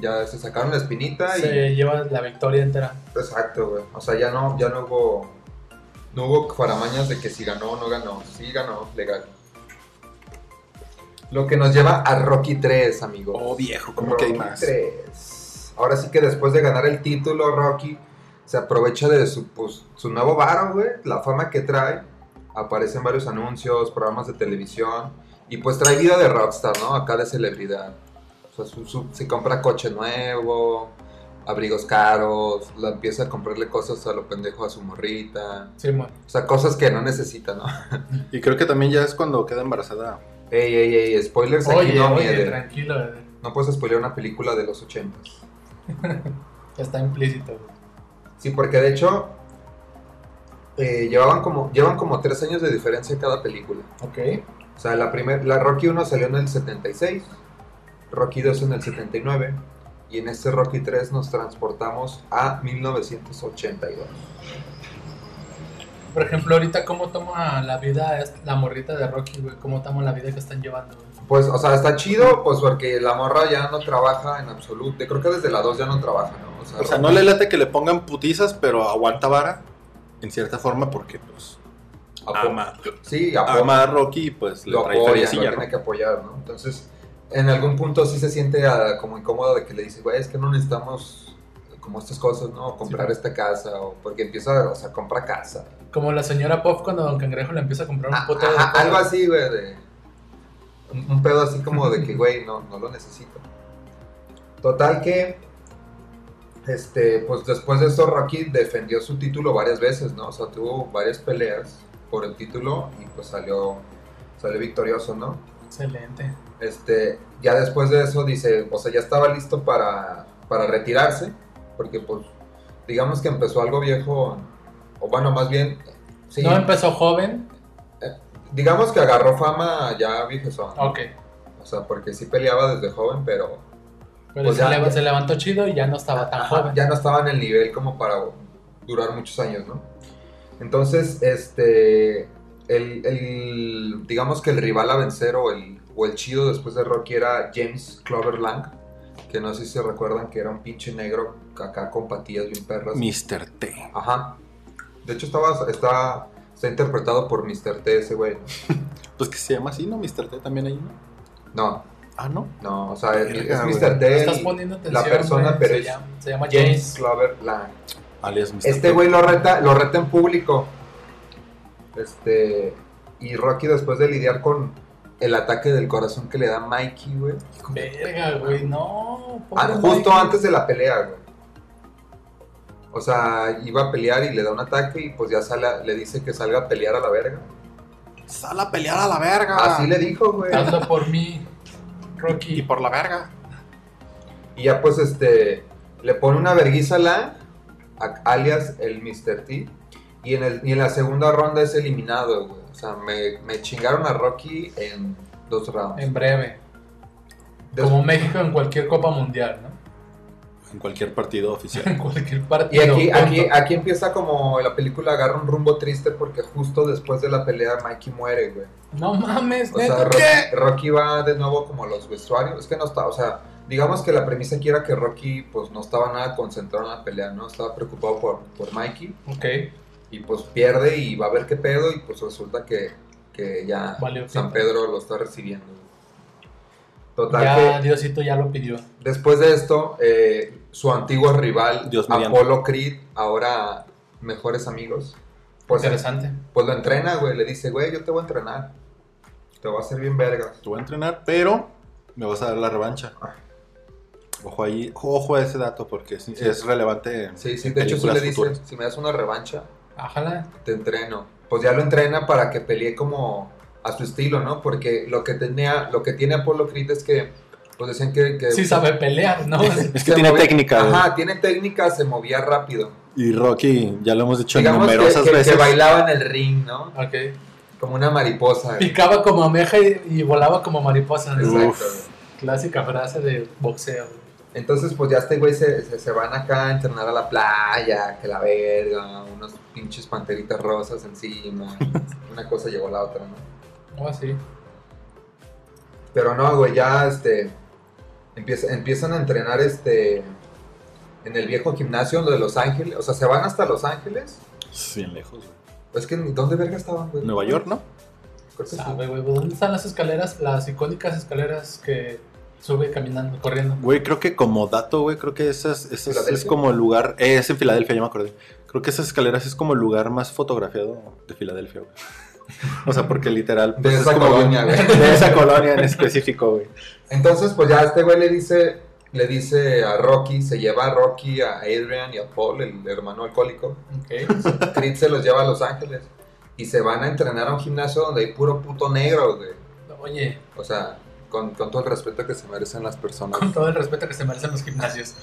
Speaker 1: ya se sacaron la espinita y
Speaker 2: Se lleva la victoria entera.
Speaker 1: Exacto, güey. O sea, ya no, ya no hubo. No hubo faramañas de que si ganó o no ganó. Sí ganó, legal. Lo que nos lleva a Rocky 3, amigo.
Speaker 3: Oh, viejo, ¿cómo que hay más?
Speaker 1: 3. Ahora sí que después de ganar el título, Rocky se aprovecha de su, pues, su nuevo varo, güey. La fama que trae. Aparecen varios anuncios, programas de televisión. Y pues trae vida de rockstar, ¿no? Acá de celebridad. O sea, su- su- se compra coche nuevo, abrigos caros, la empieza a comprarle cosas a lo pendejo a su morrita.
Speaker 2: Sí, mo-
Speaker 1: O sea, cosas que no necesita, ¿no?
Speaker 3: Y creo que también ya es cuando queda embarazada.
Speaker 1: Ey, ey, ey, spoilers Pues aquí
Speaker 2: Oye,
Speaker 1: no,
Speaker 2: oye,
Speaker 1: miede.
Speaker 2: tranquilo, eh. güey.
Speaker 1: No puedes spoiler una película de los ochentas.
Speaker 2: está implícito. güey.
Speaker 1: Sí, porque de hecho eh, llevaban como llevan como tres años de diferencia cada película.
Speaker 2: Ok,
Speaker 1: O sea, la primer, la Rocky 1 salió en el 76, Rocky 2 en el 79 y en este Rocky 3 nos transportamos a 1982.
Speaker 2: por ejemplo, ahorita, ¿cómo toma la vida est- la morrita de Rocky, güey? ¿Cómo toma la vida que están llevando? güey?
Speaker 1: Pues, o sea, está chido, pues porque la morra ya no trabaja en absoluto. Creo que desde la 2 ya no trabaja, ¿no? O sea,
Speaker 3: O sea, no le late que le pongan putizas, pero aguanta vara, en cierta forma, porque pues
Speaker 1: apo-
Speaker 3: ama,
Speaker 1: Sí, apoya.
Speaker 3: ama a Rocky y pues le
Speaker 1: lo
Speaker 3: trae
Speaker 1: apoya, lo
Speaker 3: felicilla,
Speaker 1: tiene que apoyar, ¿no? Entonces, en algún punto sí se siente ah, como incómodo de que le dice, güey, es que no necesitamos como estas cosas, ¿no? Comprar
Speaker 2: Sí.
Speaker 1: esta casa, o porque empieza, o sea, compra casa.
Speaker 2: Como la señora Puff cuando Don Cangrejo le empieza a comprar un
Speaker 1: Ah,
Speaker 2: pote de
Speaker 1: ajá,
Speaker 2: coca.
Speaker 1: algo así, güey, de- un, un pedo así como de que, güey, no, no lo necesito. Total que, este, pues después de esto, Rocky defendió su título varias veces, ¿no? O sea, tuvo varias peleas por el título y pues salió, salió victorioso, ¿no?
Speaker 2: Excelente.
Speaker 1: Este, ya después de eso dice, o sea, ya estaba listo para, para retirarse, porque pues digamos que empezó algo viejo, o bueno, más bien, sí,
Speaker 2: No empezó joven.
Speaker 1: digamos que agarró fama ya viejezón, ¿no?
Speaker 2: Ok.
Speaker 1: o sea, porque sí peleaba desde joven, pero
Speaker 2: Pero
Speaker 1: Pues
Speaker 2: se,
Speaker 1: ya-
Speaker 2: leva- se levantó chido y ya no estaba tan
Speaker 1: Ajá,
Speaker 2: joven.
Speaker 1: ya no estaba en el nivel como para durar muchos años, ¿no? Entonces, este, el, el- digamos que el rival a vencer o el, o el chido después de Rocky era James Clover Lang, que no sé si se recuerdan que era un pinche negro acá con patillas bien perras.
Speaker 3: Mr. T.
Speaker 1: Ajá. De hecho, estaba, está, está interpretado por Mr. T ese güey.
Speaker 3: Pues que se llama así, ¿no? Mr. T también ahí, ¿no?
Speaker 1: No,
Speaker 3: Ah, no.
Speaker 1: no, o sea, es,
Speaker 3: Verga,
Speaker 1: es
Speaker 3: güey.
Speaker 1: Mr. T.
Speaker 2: Estás
Speaker 1: y
Speaker 2: poniendo atención.
Speaker 1: la persona,
Speaker 2: güey.
Speaker 1: pero
Speaker 2: se,
Speaker 1: es
Speaker 2: llama, se llama
Speaker 1: James
Speaker 2: James.
Speaker 1: Clover Lang.
Speaker 3: Alias Mr.
Speaker 1: Este
Speaker 3: T.
Speaker 1: güey lo reta, lo reta en público. Este. Y Rocky, después de lidiar con el ataque del corazón que le da Mikey, güey.
Speaker 2: Verga, güey, no.
Speaker 1: ah,
Speaker 2: pobre
Speaker 1: Justo
Speaker 2: Mike.
Speaker 1: antes de la pelea, güey. O sea, iba a pelear y le da un ataque y pues ya sale, le dice que salga a pelear a la verga.
Speaker 3: Sal a pelear a la verga.
Speaker 1: Así le dijo, güey.
Speaker 2: Hazlo por mí,
Speaker 3: Y
Speaker 2: Rocky.
Speaker 3: por la verga.
Speaker 1: Y ya pues este le pone una verguiza a Lang, a- alias el Mr. T. Y en, el, y en la segunda ronda es eliminado, güey. O sea, me, me chingaron a Rocky en dos rounds.
Speaker 2: En breve.
Speaker 1: Des-
Speaker 2: Como México en cualquier Copa Mundial, ¿no?
Speaker 3: En cualquier partido
Speaker 2: En
Speaker 3: oficial.
Speaker 2: cualquier
Speaker 1: y
Speaker 2: partido.
Speaker 1: aquí,
Speaker 2: punto.
Speaker 1: aquí, aquí empieza como la película agarra un rumbo triste porque justo después de la pelea Mikey muere, güey.
Speaker 2: No mames,
Speaker 1: O sea,
Speaker 2: neta.
Speaker 1: Rocky, Rocky va de nuevo como a los vestuarios. Es que no está, o sea, digamos que la premisa aquí era que Rocky pues no estaba nada concentrado en la pelea, ¿no? Estaba preocupado por, por Mikey.
Speaker 2: Ok,
Speaker 1: y pues pierde y va a ver qué pedo y pues resulta que, que ya
Speaker 2: Valió
Speaker 1: San
Speaker 2: pito.
Speaker 1: Pedro lo está recibiendo. Total
Speaker 2: ya
Speaker 1: que
Speaker 2: Diosito ya lo pidió.
Speaker 1: después de esto, eh, su antiguo rival,
Speaker 3: Dios mediante.
Speaker 1: Apolo Creed, ahora mejores amigos, pues, eh,
Speaker 2: Interesante.
Speaker 1: pues lo entrena, güey, le dice, güey, yo te voy a entrenar. Te voy a hacer bien vergas.
Speaker 3: Te voy a entrenar, pero me vas a dar la revancha. Ojo ahí, ojo a ese dato porque es, es relevante.
Speaker 1: Sí, sí, de hecho sí
Speaker 3: Películas
Speaker 1: le dice,
Speaker 3: futuras.
Speaker 1: si me das una revancha,
Speaker 2: Ájala.
Speaker 1: te entreno. Pues ya lo entrena para que pelee como a su estilo, ¿no? Porque lo que tenía, lo que tiene Apolo Creed es que, pues decían que... que
Speaker 2: Sí sabe pelear, ¿no?
Speaker 3: Es que
Speaker 1: se
Speaker 3: tiene
Speaker 1: movía-
Speaker 3: técnica. güey.
Speaker 1: Ajá, tiene técnica, se movía rápido.
Speaker 3: Y Rocky, ya lo hemos dicho
Speaker 1: Digamos que,
Speaker 3: numerosas
Speaker 1: que- que
Speaker 3: veces.
Speaker 1: bailaba en el ring, ¿no?
Speaker 2: ok.
Speaker 1: Como una mariposa. güey.
Speaker 2: Picaba como ameja y, y volaba como mariposa. ¿no?
Speaker 3: Uf.
Speaker 1: Exacto. güey.
Speaker 2: Clásica frase de boxeo.
Speaker 1: Entonces, pues ya este güey se, se, se van acá a entrenar a la playa, que la verga, unos pinches panteritas rosas encima. una cosa llevó a la otra, ¿no?
Speaker 2: Oh, sí.
Speaker 1: Pero no, güey, ya este. empieza- empiezan a entrenar este. En el viejo gimnasio lo de Los Ángeles. O sea, se van hasta Los Ángeles.
Speaker 3: Bien lejos. güey.
Speaker 1: Es que ni- ¿dónde verga estaban, güey?
Speaker 3: Nueva York, ¿no?
Speaker 1: Creo que sí.
Speaker 2: Sabe, güey. ¿Dónde están las escaleras? Las icónicas escaleras que sube caminando, corriendo.
Speaker 3: Güey, creo que como dato, güey, creo que esas, esas es
Speaker 1: ¿Filadelfia?
Speaker 3: como el lugar. eh, es en Filadelfia, ya me acordé. Creo que esas escaleras es como el lugar más fotografiado de Filadelfia, güey. O sea, porque literal.
Speaker 1: De
Speaker 3: pues, es
Speaker 1: esa
Speaker 3: como
Speaker 1: colonia, güey.
Speaker 3: De esa colonia en específico, güey.
Speaker 1: Entonces, pues ya este güey le dice, le dice a Rocky, se lleva a Rocky, a Adrian y a Paul, el hermano alcohólico.
Speaker 2: Ok.
Speaker 1: Creed se los lleva a Los Ángeles y se van a entrenar a un gimnasio donde hay puro puto negro, güey.
Speaker 2: Oye,
Speaker 1: O sea, con, con todo el respeto que se merecen las personas.
Speaker 2: con todo el respeto que se merecen los gimnasios.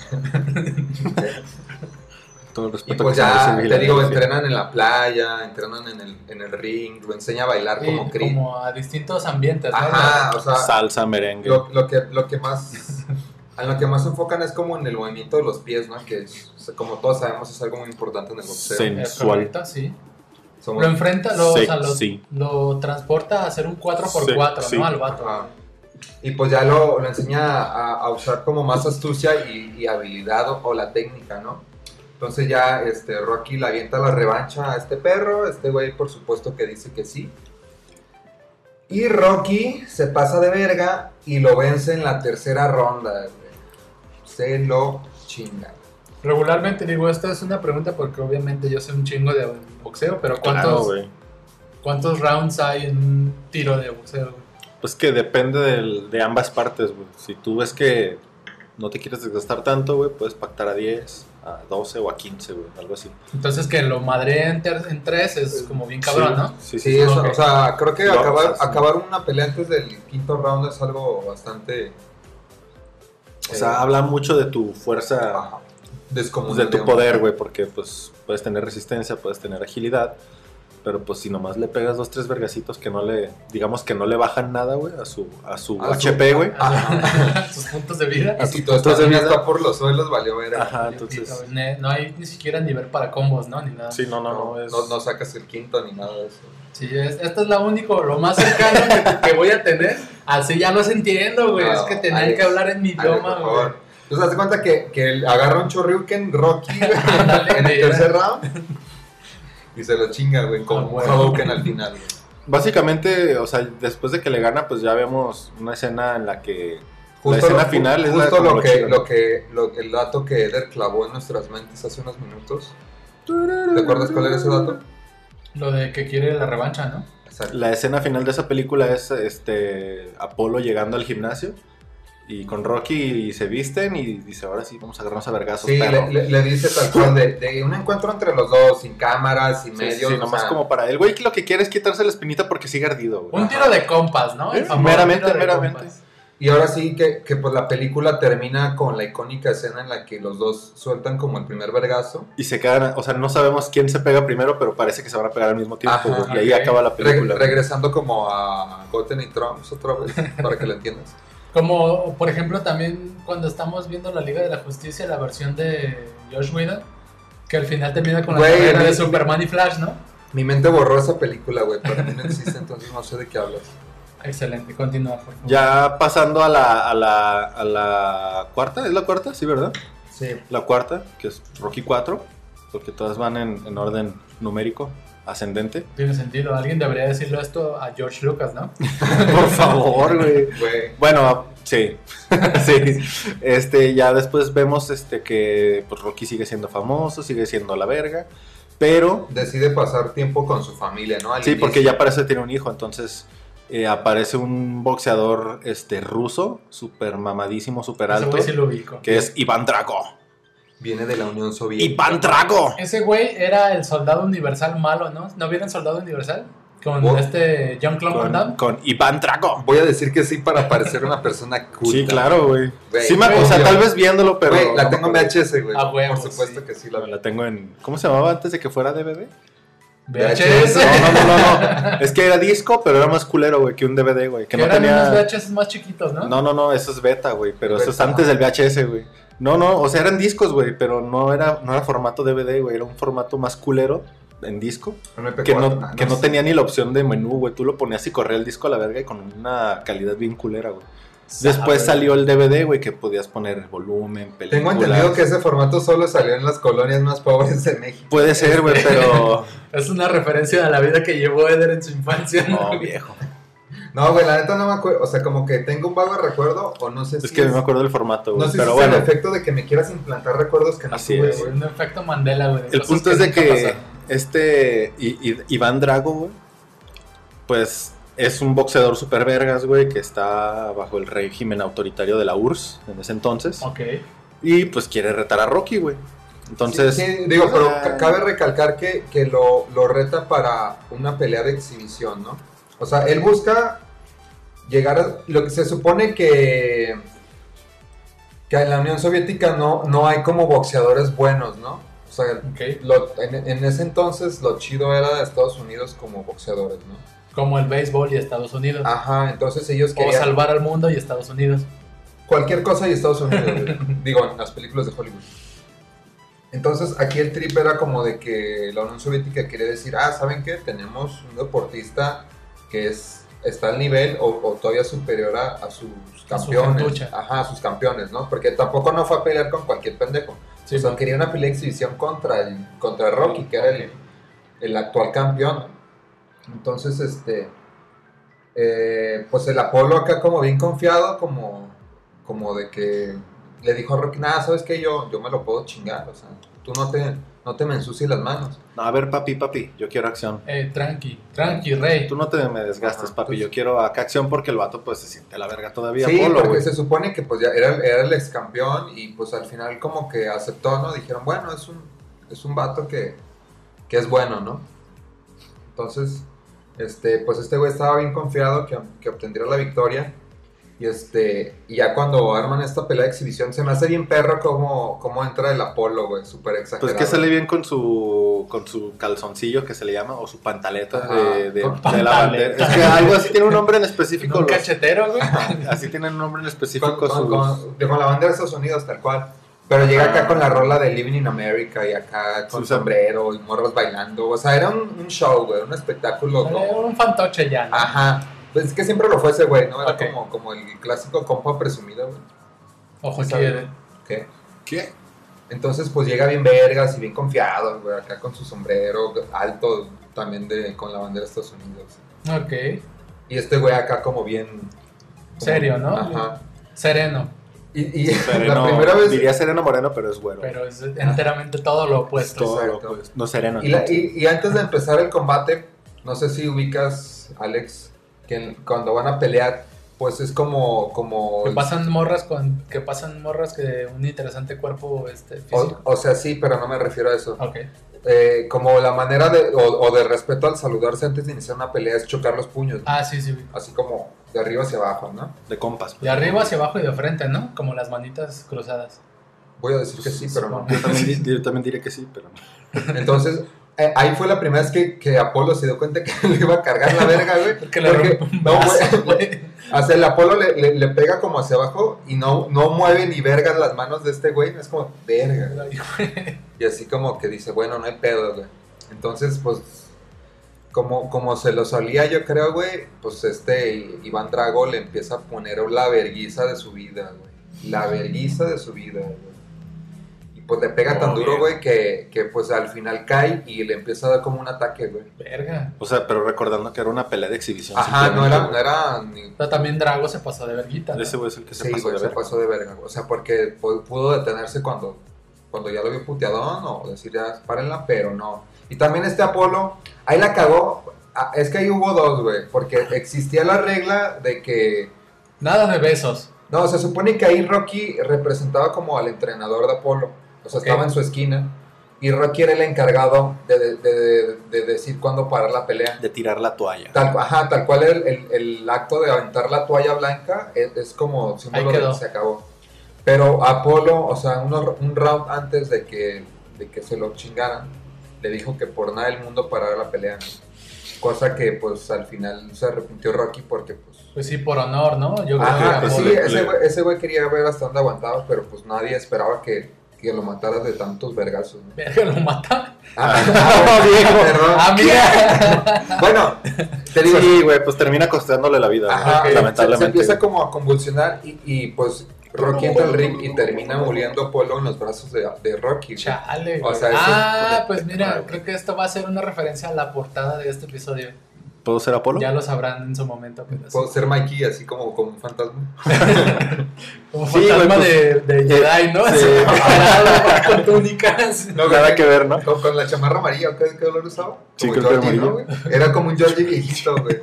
Speaker 3: Todo el
Speaker 1: Y
Speaker 3: respeto
Speaker 1: pues
Speaker 3: que se merece
Speaker 1: ya, te
Speaker 3: Filadelfia.
Speaker 1: digo, entrenan en la playa, entrenan en el, en el ring, lo enseña a bailar
Speaker 2: Sí,
Speaker 1: como Creed.
Speaker 2: como a distintos ambientes, ¿no?
Speaker 1: Ajá, o sea,
Speaker 3: Salsa, merengue.
Speaker 1: lo, lo que, lo que más... A lo que más se enfocan es como en el movimiento de los pies, ¿no? Que es- como todos sabemos es algo muy importante en el boxeo.
Speaker 3: Sí.
Speaker 2: Es
Speaker 3: sensual.
Speaker 2: correcto, Eh, sí.
Speaker 1: Somos-
Speaker 2: Lo enfrenta, lo, o sea, lo-
Speaker 3: Sexy.
Speaker 2: lo transporta a hacer un 4x4,
Speaker 3: Sí,
Speaker 2: ¿no?
Speaker 3: sí.
Speaker 2: Al vato.
Speaker 1: Ajá. Y pues ya lo, lo enseña a, a usar como más astucia y, y habilidad o, o la técnica, ¿no? Entonces ya este, Rocky le avienta la revancha a este perro, este güey por supuesto que dice que sí. Y Rocky se pasa de verga y lo vence en la tercera ronda. güey. Se lo chinga.
Speaker 2: Regularmente digo, esta es una pregunta porque obviamente yo sé un chingo de boxeo, pero
Speaker 3: Claro,
Speaker 2: ¿cuántos,
Speaker 3: güey.
Speaker 2: ¿cuántos rounds hay en un tiro de boxeo? güey?
Speaker 3: Pues que depende del- de ambas partes, güey. Si tú ves que no te quieres desgastar tanto, güey, puedes pactar a 10, a 12 o a 15, güey, algo así.
Speaker 2: Entonces que lo madre en, ter- en tres es como bien cabrón,
Speaker 3: Sí,
Speaker 2: ¿no?
Speaker 3: Sí, sí.
Speaker 1: Sí, eso,
Speaker 2: ok.
Speaker 1: o sea, creo que
Speaker 3: Lo-
Speaker 1: acabar,
Speaker 3: o sea, sí.
Speaker 1: acabar una pelea antes del quinto round es algo bastante... eh,
Speaker 3: O sea, habla mucho de tu fuerza,
Speaker 1: Ajá.
Speaker 3: pues,
Speaker 1: descomunal.
Speaker 3: de tu
Speaker 1: digamos.
Speaker 3: poder, güey, porque pues puedes tener resistencia, puedes tener agilidad, pero pues si nomás le pegas dos, tres vergacitos que no le, digamos que no le bajan nada, güey, a su, a su
Speaker 1: A su-
Speaker 3: HP, güey.
Speaker 1: Ajá.
Speaker 2: Sus puntos de vida.
Speaker 1: Y
Speaker 3: A
Speaker 1: si
Speaker 3: tus
Speaker 1: tu estamina
Speaker 3: puntos de vida.
Speaker 1: está por los suelos, valió ver.
Speaker 3: Ajá, Ah, entonces...
Speaker 2: Ne- No hay ni siquiera nivel para combos, ¿no? Ni nada.
Speaker 3: Sí, no, no, no, es...
Speaker 1: no, no sacas el quinto ni nada de eso.
Speaker 2: Sí, es- esta es la única, lo más cercano que, que voy a tener. Así ya los entiendo, güey.
Speaker 1: No,
Speaker 2: es que tenían
Speaker 1: Alex,
Speaker 2: que hablar en mi
Speaker 1: Ay, por
Speaker 2: idioma, güey.
Speaker 1: favor. Entonces, haz de cuenta que, que él agarra un chorriuken Rocky güey,
Speaker 2: Ándale,
Speaker 1: en el
Speaker 2: güey.
Speaker 1: tercer round y se lo chinga, güey, con
Speaker 2: Ah,
Speaker 1: un
Speaker 2: bueno.
Speaker 1: Hadouken al final. güey.
Speaker 3: Básicamente, o sea, después de que le gana, pues ya vemos una escena en la que La
Speaker 1: Justo,
Speaker 3: escena
Speaker 1: lo,
Speaker 3: final es la
Speaker 1: justo
Speaker 3: como
Speaker 1: lo,
Speaker 3: lo
Speaker 1: que,
Speaker 3: chido.
Speaker 1: lo que lo que- el dato que Eder clavó en nuestras mentes hace unos minutos. ¿Te acuerdas cuál era ese dato?
Speaker 2: Lo de que quiere la revancha, ¿no?
Speaker 1: Exacto.
Speaker 3: La escena final de esa película es este Apolo llegando al gimnasio y con Rocky y se visten y dice, ahora sí, vamos a agarrarnos a vergazos,
Speaker 1: Sí,
Speaker 3: perro".
Speaker 1: le, le- le dice tal cual de, de un encuentro entre los dos, sin cámaras, sin
Speaker 3: Sí,
Speaker 1: medios.
Speaker 3: sí, sí,
Speaker 1: o
Speaker 3: nomás
Speaker 1: sea,
Speaker 3: como para el güey que lo que quiere es quitarse la espinita porque sigue ardido, güey.
Speaker 2: Un tiro de compas, ¿no? El
Speaker 3: Eh,
Speaker 2: famoso
Speaker 3: meramente,
Speaker 2: tiro de
Speaker 3: meramente.
Speaker 2: compas.
Speaker 1: Y ahora sí que, que, pues la película termina con la icónica escena en la que los dos sueltan como el primer vergazo.
Speaker 3: Y se quedan, o sea, no sabemos quién se pega primero, pero parece que se van a pegar al mismo tiempo,
Speaker 1: Ajá,
Speaker 3: güey, y ahí
Speaker 2: ok.
Speaker 3: acaba la
Speaker 1: Re-
Speaker 3: película. güey.
Speaker 1: regresando como a Goten y Trumps otra vez, para que lo entiendas.
Speaker 2: Como, por ejemplo, también cuando estamos viendo la Liga de la Justicia, la versión de Josh Whedon, que al final termina con la
Speaker 1: Güey,
Speaker 2: carrera
Speaker 1: mi-
Speaker 2: de Superman y Flash, ¿no?
Speaker 1: Mi mente borró esa película, güey, para mí no existe, entonces no sé de qué hablas.
Speaker 2: Excelente, continúa, por favor.
Speaker 3: Ya pasando a la, a la, a la cuarta, ¿es la cuarta? Sí, ¿verdad?
Speaker 2: Sí.
Speaker 3: La cuarta, que es Rocky 4, porque todas van en, en orden numérico, ascendente.
Speaker 2: Tiene sentido. Alguien debería decirlo esto a George Lucas, ¿no?
Speaker 3: Por favor, güey.
Speaker 1: Güey,
Speaker 3: Bueno, sí. sí. Este, ya después vemos este que pues, Rocky sigue siendo famoso, sigue siendo la verga. Pero,
Speaker 1: decide pasar tiempo con su familia, ¿no? Al
Speaker 3: sí,
Speaker 1: inicio.
Speaker 3: porque ya parece que tiene un hijo, entonces eh, aparece un boxeador este, ruso, súper mamadísimo, súper
Speaker 2: Ese
Speaker 3: alto,
Speaker 2: güey sí lo ubico.
Speaker 3: que es Iván Drago.
Speaker 1: Viene de la Unión Soviética.
Speaker 3: ¡Iván Drago!
Speaker 2: Ese güey era el soldado universal malo, ¿no? ¿No vieron soldado universal? Con
Speaker 1: Oh.
Speaker 2: este John Clone Van
Speaker 3: Con,
Speaker 2: Damme.
Speaker 3: con Iván Drago.
Speaker 1: Voy a decir que sí para parecer una persona culta.
Speaker 3: Sí, claro, güey.
Speaker 1: Güey,
Speaker 3: Sí, me- o sea,
Speaker 1: güey.
Speaker 3: tal vez viéndolo, pero.
Speaker 1: Güey, la
Speaker 3: no
Speaker 1: tengo
Speaker 3: me
Speaker 1: en
Speaker 3: acuerdo.
Speaker 1: VHS, güey.
Speaker 2: Ah, huevo,
Speaker 1: Por supuesto
Speaker 2: sí.
Speaker 1: que sí, la verdad.
Speaker 3: La tengo en. ¿Cómo se llamaba antes de que fuera DVD?
Speaker 2: VHS.
Speaker 3: No, no, no, no, no. Es que era disco, pero era más culero, güey, que un DVD, güey. Que no
Speaker 2: eran unos
Speaker 3: tenía.
Speaker 2: VHS más chiquitos, ¿no?
Speaker 3: No, no, no, eso es beta, güey. Pero eso es
Speaker 1: Beta.
Speaker 3: antes del VHS, güey. No, no, o sea, eran discos, güey, pero no era, no era formato DVD, güey. Era un formato más culero en disco.
Speaker 1: MP4,
Speaker 3: Que no,
Speaker 1: ah,
Speaker 3: que no
Speaker 1: sé.
Speaker 3: tenía ni la opción de menú, güey. Tú lo ponías y corría el disco a la verga y con una calidad bien culera, güey. Después
Speaker 2: Ah,
Speaker 3: salió el DVD, güey, que podías poner volumen, películas.
Speaker 1: Tengo entendido que ese formato solo salió en las colonias más pobres de México.
Speaker 3: Puede ser, güey, pero...
Speaker 2: Es una referencia a la vida que llevó Eder en su infancia.
Speaker 3: No, viejo.
Speaker 1: No, güey, la neta no me acuerdo. O sea, como que tengo un vago recuerdo o no sé si.
Speaker 3: Es que no me acuerdo del formato, güey.
Speaker 1: No sé
Speaker 3: pero
Speaker 1: si
Speaker 3: bueno,
Speaker 1: es el efecto de que me quieras implantar recuerdos que no
Speaker 3: Así
Speaker 1: tuve,
Speaker 3: es.
Speaker 1: güey.
Speaker 2: Un efecto Mandela, güey. de
Speaker 3: el
Speaker 2: cosas
Speaker 3: punto es de
Speaker 2: nunca
Speaker 3: que
Speaker 2: pasaron.
Speaker 3: este I- I- Iván Drago, güey, pues es un boxeador super vergas, güey, que está bajo el régimen autoritario de la URSS en ese entonces.
Speaker 2: Ok.
Speaker 3: Y pues quiere retar a Rocky, güey. Entonces...
Speaker 1: Sí, sí, digo, pero
Speaker 3: Ah.
Speaker 1: ca- cabe recalcar que, que lo, lo reta para una pelea de exhibición, ¿no? O sea, él busca llegar a lo que se supone que, que en la Unión Soviética no, no hay como boxeadores buenos, ¿no? O sea,
Speaker 2: Ok.
Speaker 1: lo- en, en ese entonces lo chido era de Estados Unidos como boxeadores, ¿no?
Speaker 2: Como el béisbol y Estados Unidos.
Speaker 3: Ah,
Speaker 1: Ajá, entonces ellos
Speaker 2: o
Speaker 1: querían
Speaker 2: salvar al mundo y Estados Unidos.
Speaker 1: cualquier cosa y Estados Unidos, güey. digo, en las películas de Hollywood. Entonces aquí el trip era como de que la Unión Soviética quería decir, ah, ¿saben qué? Tenemos un deportista que es, está al nivel o, o todavía superior a, a sus campeones.
Speaker 2: gentucha.
Speaker 1: Ajá, a sus campeones, ¿no? Porque tampoco no fue a pelear con cualquier pendejo.
Speaker 2: Sí,
Speaker 1: o sea,
Speaker 2: güey.
Speaker 1: quería una pelea de exhibición contra, el, contra Rocky, que era el, el actual campeón. Entonces, este, eh, pues el Apolo acá como bien confiado, como, como de que le dijo a Rocky, nada, ¿sabes qué? Yo, yo me lo puedo chingar, o sea, tú no te, no te me ensucies las manos.
Speaker 3: No, a ver, papi, papi, yo quiero acción.
Speaker 2: Eh, tranqui, tranqui, rey.
Speaker 3: Tú no te me desgastes,
Speaker 1: Ajá, pues.
Speaker 3: papi.
Speaker 1: entonces-
Speaker 3: Yo quiero acá acción porque el vato pues se siente a la verga todavía.
Speaker 1: Sí,
Speaker 3: Apolo,
Speaker 1: porque
Speaker 3: güey.
Speaker 1: se supone que pues ya era, era el ex campeón y pues al final como que aceptó, ¿no? Dijeron, bueno, es un, es un vato que, que es bueno, ¿no? Entonces, este, pues este güey estaba bien confiado que, que obtendría la victoria. Y este, y ya cuando arman esta pelea de exhibición, se me hace bien perro como, como entra el Apolo, güey, súper exagerado.
Speaker 3: Pues que sale bien con su con su calzoncillo que se le llama o su pantaleta
Speaker 1: Ajá.
Speaker 3: de, de-
Speaker 1: Con
Speaker 3: de la bandera. Es que algo así tiene un nombre en específico.
Speaker 2: Un
Speaker 3: los-
Speaker 2: cachetero, güey.
Speaker 3: así tiene un nombre en
Speaker 1: con,
Speaker 3: específico
Speaker 1: con-
Speaker 3: sus- Ah.
Speaker 1: con- con la bandera de Estados Unidos, tal cual. Pero llega acá
Speaker 3: Ajá.
Speaker 1: con la rola de Living in America y acá con
Speaker 3: Sus-
Speaker 1: sombrero y morros bailando. O sea, era un, un show, güey, un espectáculo.
Speaker 2: Era
Speaker 1: como-
Speaker 2: un fantoche ya,
Speaker 3: Ah,
Speaker 2: ¿no?
Speaker 1: Ajá. Pues es que siempre lo fue ese güey, ¿no? Era
Speaker 2: Ok.
Speaker 1: como, como el clásico compa presumido, güey.
Speaker 2: Ojo aquí,
Speaker 1: ¿sabes?
Speaker 2: Eder.
Speaker 1: ¿Qué?
Speaker 3: ¿Qué?
Speaker 1: Entonces, pues llega bien vergas y bien confiado, güey, acá con su sombrero alto también de, con la bandera de Estados Unidos.
Speaker 2: Ok.
Speaker 1: Y este güey acá como bien... como-
Speaker 2: Serio, ¿no?
Speaker 1: Ajá.
Speaker 2: Sereno.
Speaker 1: Y, y
Speaker 3: Sereno,
Speaker 1: la primera vez...
Speaker 3: diría Sereno Moreno, pero es güero.
Speaker 2: Pero es enteramente todo lo
Speaker 3: es
Speaker 2: opuesto.
Speaker 3: todo pues. lo
Speaker 1: exacto.
Speaker 3: opuesto. No Sereno.
Speaker 1: Y, la-
Speaker 3: entonces.
Speaker 1: y- y antes de empezar el combate, no sé si ubicas, Alex, que en- cuando van a pelear, pues es como... como
Speaker 2: Que pasan morras con. Que pasan morras que de un interesante cuerpo este,
Speaker 1: o,
Speaker 2: físico.
Speaker 1: o sea, sí, pero no me refiero a eso.
Speaker 2: Ok.
Speaker 1: Eh, como la manera de, o, o de respeto al saludarse antes de iniciar una pelea es chocar los puños, ¿no?
Speaker 2: Ah, sí, sí. güey.
Speaker 1: así como de arriba hacia abajo, ¿no?
Speaker 3: de compas.
Speaker 2: De arriba hacia abajo y de frente, ¿no? Como las manitas cruzadas.
Speaker 1: Voy a decir que sí, pero no.
Speaker 3: Yo también, di- yo también diré que sí, pero no.
Speaker 1: Entonces, eh, ahí fue la primera vez que, que Apolo se dio cuenta que le iba a cargar la verga, güey.
Speaker 2: Porque le
Speaker 1: Porque-
Speaker 2: rompe un
Speaker 1: no,
Speaker 2: brazo,
Speaker 1: güey.
Speaker 2: güey.
Speaker 1: O sea, el Apolo le, le- le pega como hacia abajo y no, no mueve ni vergas las manos de este güey. Es como, verga. güey.
Speaker 2: Ay,
Speaker 1: Y así como que dice, bueno, no hay pedo, güey. Entonces, pues, como, como se lo solía, yo creo, güey, pues este I- Iván Drago le empieza a poner la verguiza de su vida, güey. La verguiza de su vida, güey. Y pues le pega tan
Speaker 3: Oh,
Speaker 1: duro,
Speaker 3: bien.
Speaker 1: güey, que, que pues al final cae y le empieza a dar como un ataque, güey.
Speaker 2: Verga.
Speaker 3: O sea, pero recordando que era una pelea de exhibición.
Speaker 1: Ajá, no
Speaker 3: simplemente,
Speaker 1: era, no
Speaker 3: güey.
Speaker 1: era ni
Speaker 2: Pero también Drago se pasó de verguita. ¿no?
Speaker 3: Ese güey es el que se
Speaker 1: Sí,
Speaker 3: pasó
Speaker 1: güey,
Speaker 3: de
Speaker 1: se
Speaker 3: verga.
Speaker 1: pasó de verga. O sea, porque pu- pudo detenerse cuando, cuando ya lo vio puteadón o decir ya, párenla, pero no. Y también este Apolo, ahí la cagó. Ah, es que ahí hubo dos, güey, porque existía la regla de que...
Speaker 2: Nada de besos.
Speaker 1: No, se supone que ahí Rocky representaba como al entrenador de Apolo. O sea,
Speaker 2: Ok.
Speaker 1: estaba en su esquina. Y Rocky era el encargado de, de- de- de decir cuándo parar la pelea.
Speaker 3: de tirar la toalla.
Speaker 1: Tal, ajá, tal cual el, el- el acto de aventar la toalla blanca es, es como símbolo
Speaker 2: Ahí
Speaker 1: de
Speaker 2: quedó.
Speaker 1: que se acabó. Pero Apolo, o sea, uno- un round antes de que, de que se lo chingaran, le dijo que por nada del mundo parara la pelea. ¿no? Cosa que pues al final se arrepintió Rocky porque pues...
Speaker 2: Pues sí, por honor, ¿no? Yo creo
Speaker 1: Ajá,
Speaker 2: que
Speaker 1: pues sí,
Speaker 2: Apolo-
Speaker 3: Apolo.
Speaker 1: ese güey, ese güey quería ver hasta dónde aguantaba, pero pues nadie esperaba que, que lo matara de tantos vergazos. ¿no?
Speaker 2: Verga, lo mata.
Speaker 1: Ah,
Speaker 3: No, viejo.
Speaker 1: perdón.
Speaker 2: Ah, mira.
Speaker 1: Bueno, te digo,
Speaker 3: sí, güey, pues termina costándole la vida,
Speaker 1: Ajá,
Speaker 3: güey,
Speaker 1: se- Se,
Speaker 3: lamentablemente.
Speaker 1: empieza como a convulsionar y, y, pues Rocky entra al ring y termina muriendo Polo en los brazos de, de Rocky. güey.
Speaker 2: Chale,
Speaker 1: O
Speaker 2: güey.
Speaker 1: sea, eso-
Speaker 2: ah, pues mira, creo que esto va a ser una referencia a la portada de este episodio.
Speaker 3: güey. ¿Puedo ser Apolo?
Speaker 2: Ya lo sabrán en su momento. pero sí.
Speaker 1: Puedo ser Mikey así como, como un fantasma.
Speaker 2: Como
Speaker 3: Sí,
Speaker 2: fantasma
Speaker 3: güey,
Speaker 2: de, de Jedi, ¿no?
Speaker 3: sí.
Speaker 2: Así, parado, con túnicas.
Speaker 1: No,
Speaker 3: Nada
Speaker 1: güey,
Speaker 3: que ver, ¿no?
Speaker 1: Con, con la chamarra amarilla, ¿qué, qué color usaba?
Speaker 3: Sí,
Speaker 1: Como
Speaker 3: creo que
Speaker 1: Georgie, ¿no, güey? Era como un Georgie viejito, güey.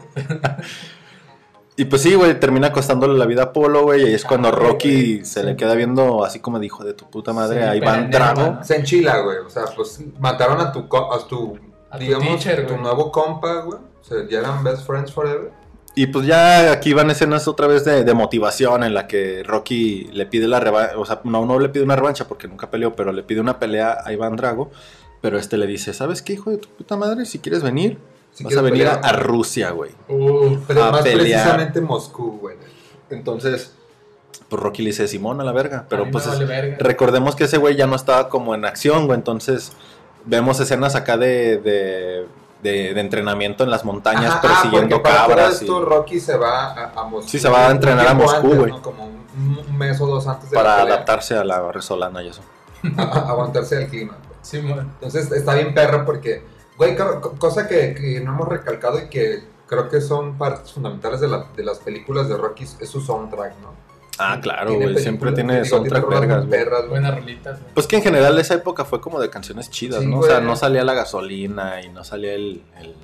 Speaker 3: Y pues sí, güey, termina costándole la vida a Polo, güey, y ahí es cuando
Speaker 2: Ah,
Speaker 3: Rocky
Speaker 2: güey,
Speaker 3: se
Speaker 2: sí.
Speaker 3: le queda viendo así como dijo de tu puta madre
Speaker 2: Sí,
Speaker 3: a Iván
Speaker 2: pero en el
Speaker 3: Drago.
Speaker 2: mano.
Speaker 1: Se enchila, güey. O sea, pues mataron a tu, co- a tu
Speaker 2: A tu
Speaker 1: digamos, tu,
Speaker 2: teacher, güey.
Speaker 1: nuevo compa, güey. O sea, ya eran best friends forever.
Speaker 3: Y pues ya aquí van escenas otra vez de, de motivación en la que Rocky le pide la revancha, o sea, no, no le pide una revancha porque nunca peleó, pero le pide una pelea a Iván Drago, pero este le dice, ¿sabes qué, hijo de tu puta madre? Si quieres venir,
Speaker 1: Si
Speaker 3: vas
Speaker 1: quieres
Speaker 3: a venir a,
Speaker 1: pelear. uh,
Speaker 3: a Rusia, güey.
Speaker 2: Uf.
Speaker 1: Pero
Speaker 3: a
Speaker 1: más
Speaker 3: pelear.
Speaker 1: precisamente Moscú, güey.
Speaker 3: Entonces, pues Rocky le dice, Simón, a la verga,
Speaker 2: A
Speaker 3: pero
Speaker 2: mí
Speaker 3: pues
Speaker 2: me
Speaker 3: es-
Speaker 2: vale verga.
Speaker 3: recordemos que ese güey ya no estaba como en acción, güey, entonces vemos escenas acá de... de de- de entrenamiento en las montañas
Speaker 1: Ajá, ah,
Speaker 3: persiguiendo
Speaker 1: porque para todo
Speaker 3: cabras. y-
Speaker 1: esto Rocky se va a, a Moscú.
Speaker 3: Sí, se va a
Speaker 1: un
Speaker 3: entrenar a
Speaker 1: tiempo
Speaker 3: Moscú,
Speaker 1: antes,
Speaker 3: güey.
Speaker 1: ¿no? Como un, un mes o dos antes de la
Speaker 3: para
Speaker 1: pelea,
Speaker 3: adaptarse a la resolana y eso.
Speaker 1: a- a- aguantarse al clima. güey.
Speaker 2: Sí, mo-
Speaker 1: Entonces está bien perro porque, güey, co- co- cosa que, que no hemos recalcado y que creo que son partes fundamentales de, la- de las películas de Rocky es su soundtrack, ¿no?
Speaker 3: Ah, claro,
Speaker 1: Tiene
Speaker 3: güey. Siempre
Speaker 1: películas-
Speaker 3: tiene
Speaker 1: digo,
Speaker 3: soundtrack
Speaker 1: rolas
Speaker 3: vergas, güey.
Speaker 1: perras, güey.
Speaker 2: buenas rolitas. güey.
Speaker 3: Pues que en general esa época fue como de canciones chidas,
Speaker 1: Sí,
Speaker 3: ¿no? O sea,
Speaker 1: güey.
Speaker 3: no salía la gasolina y no salía el. el,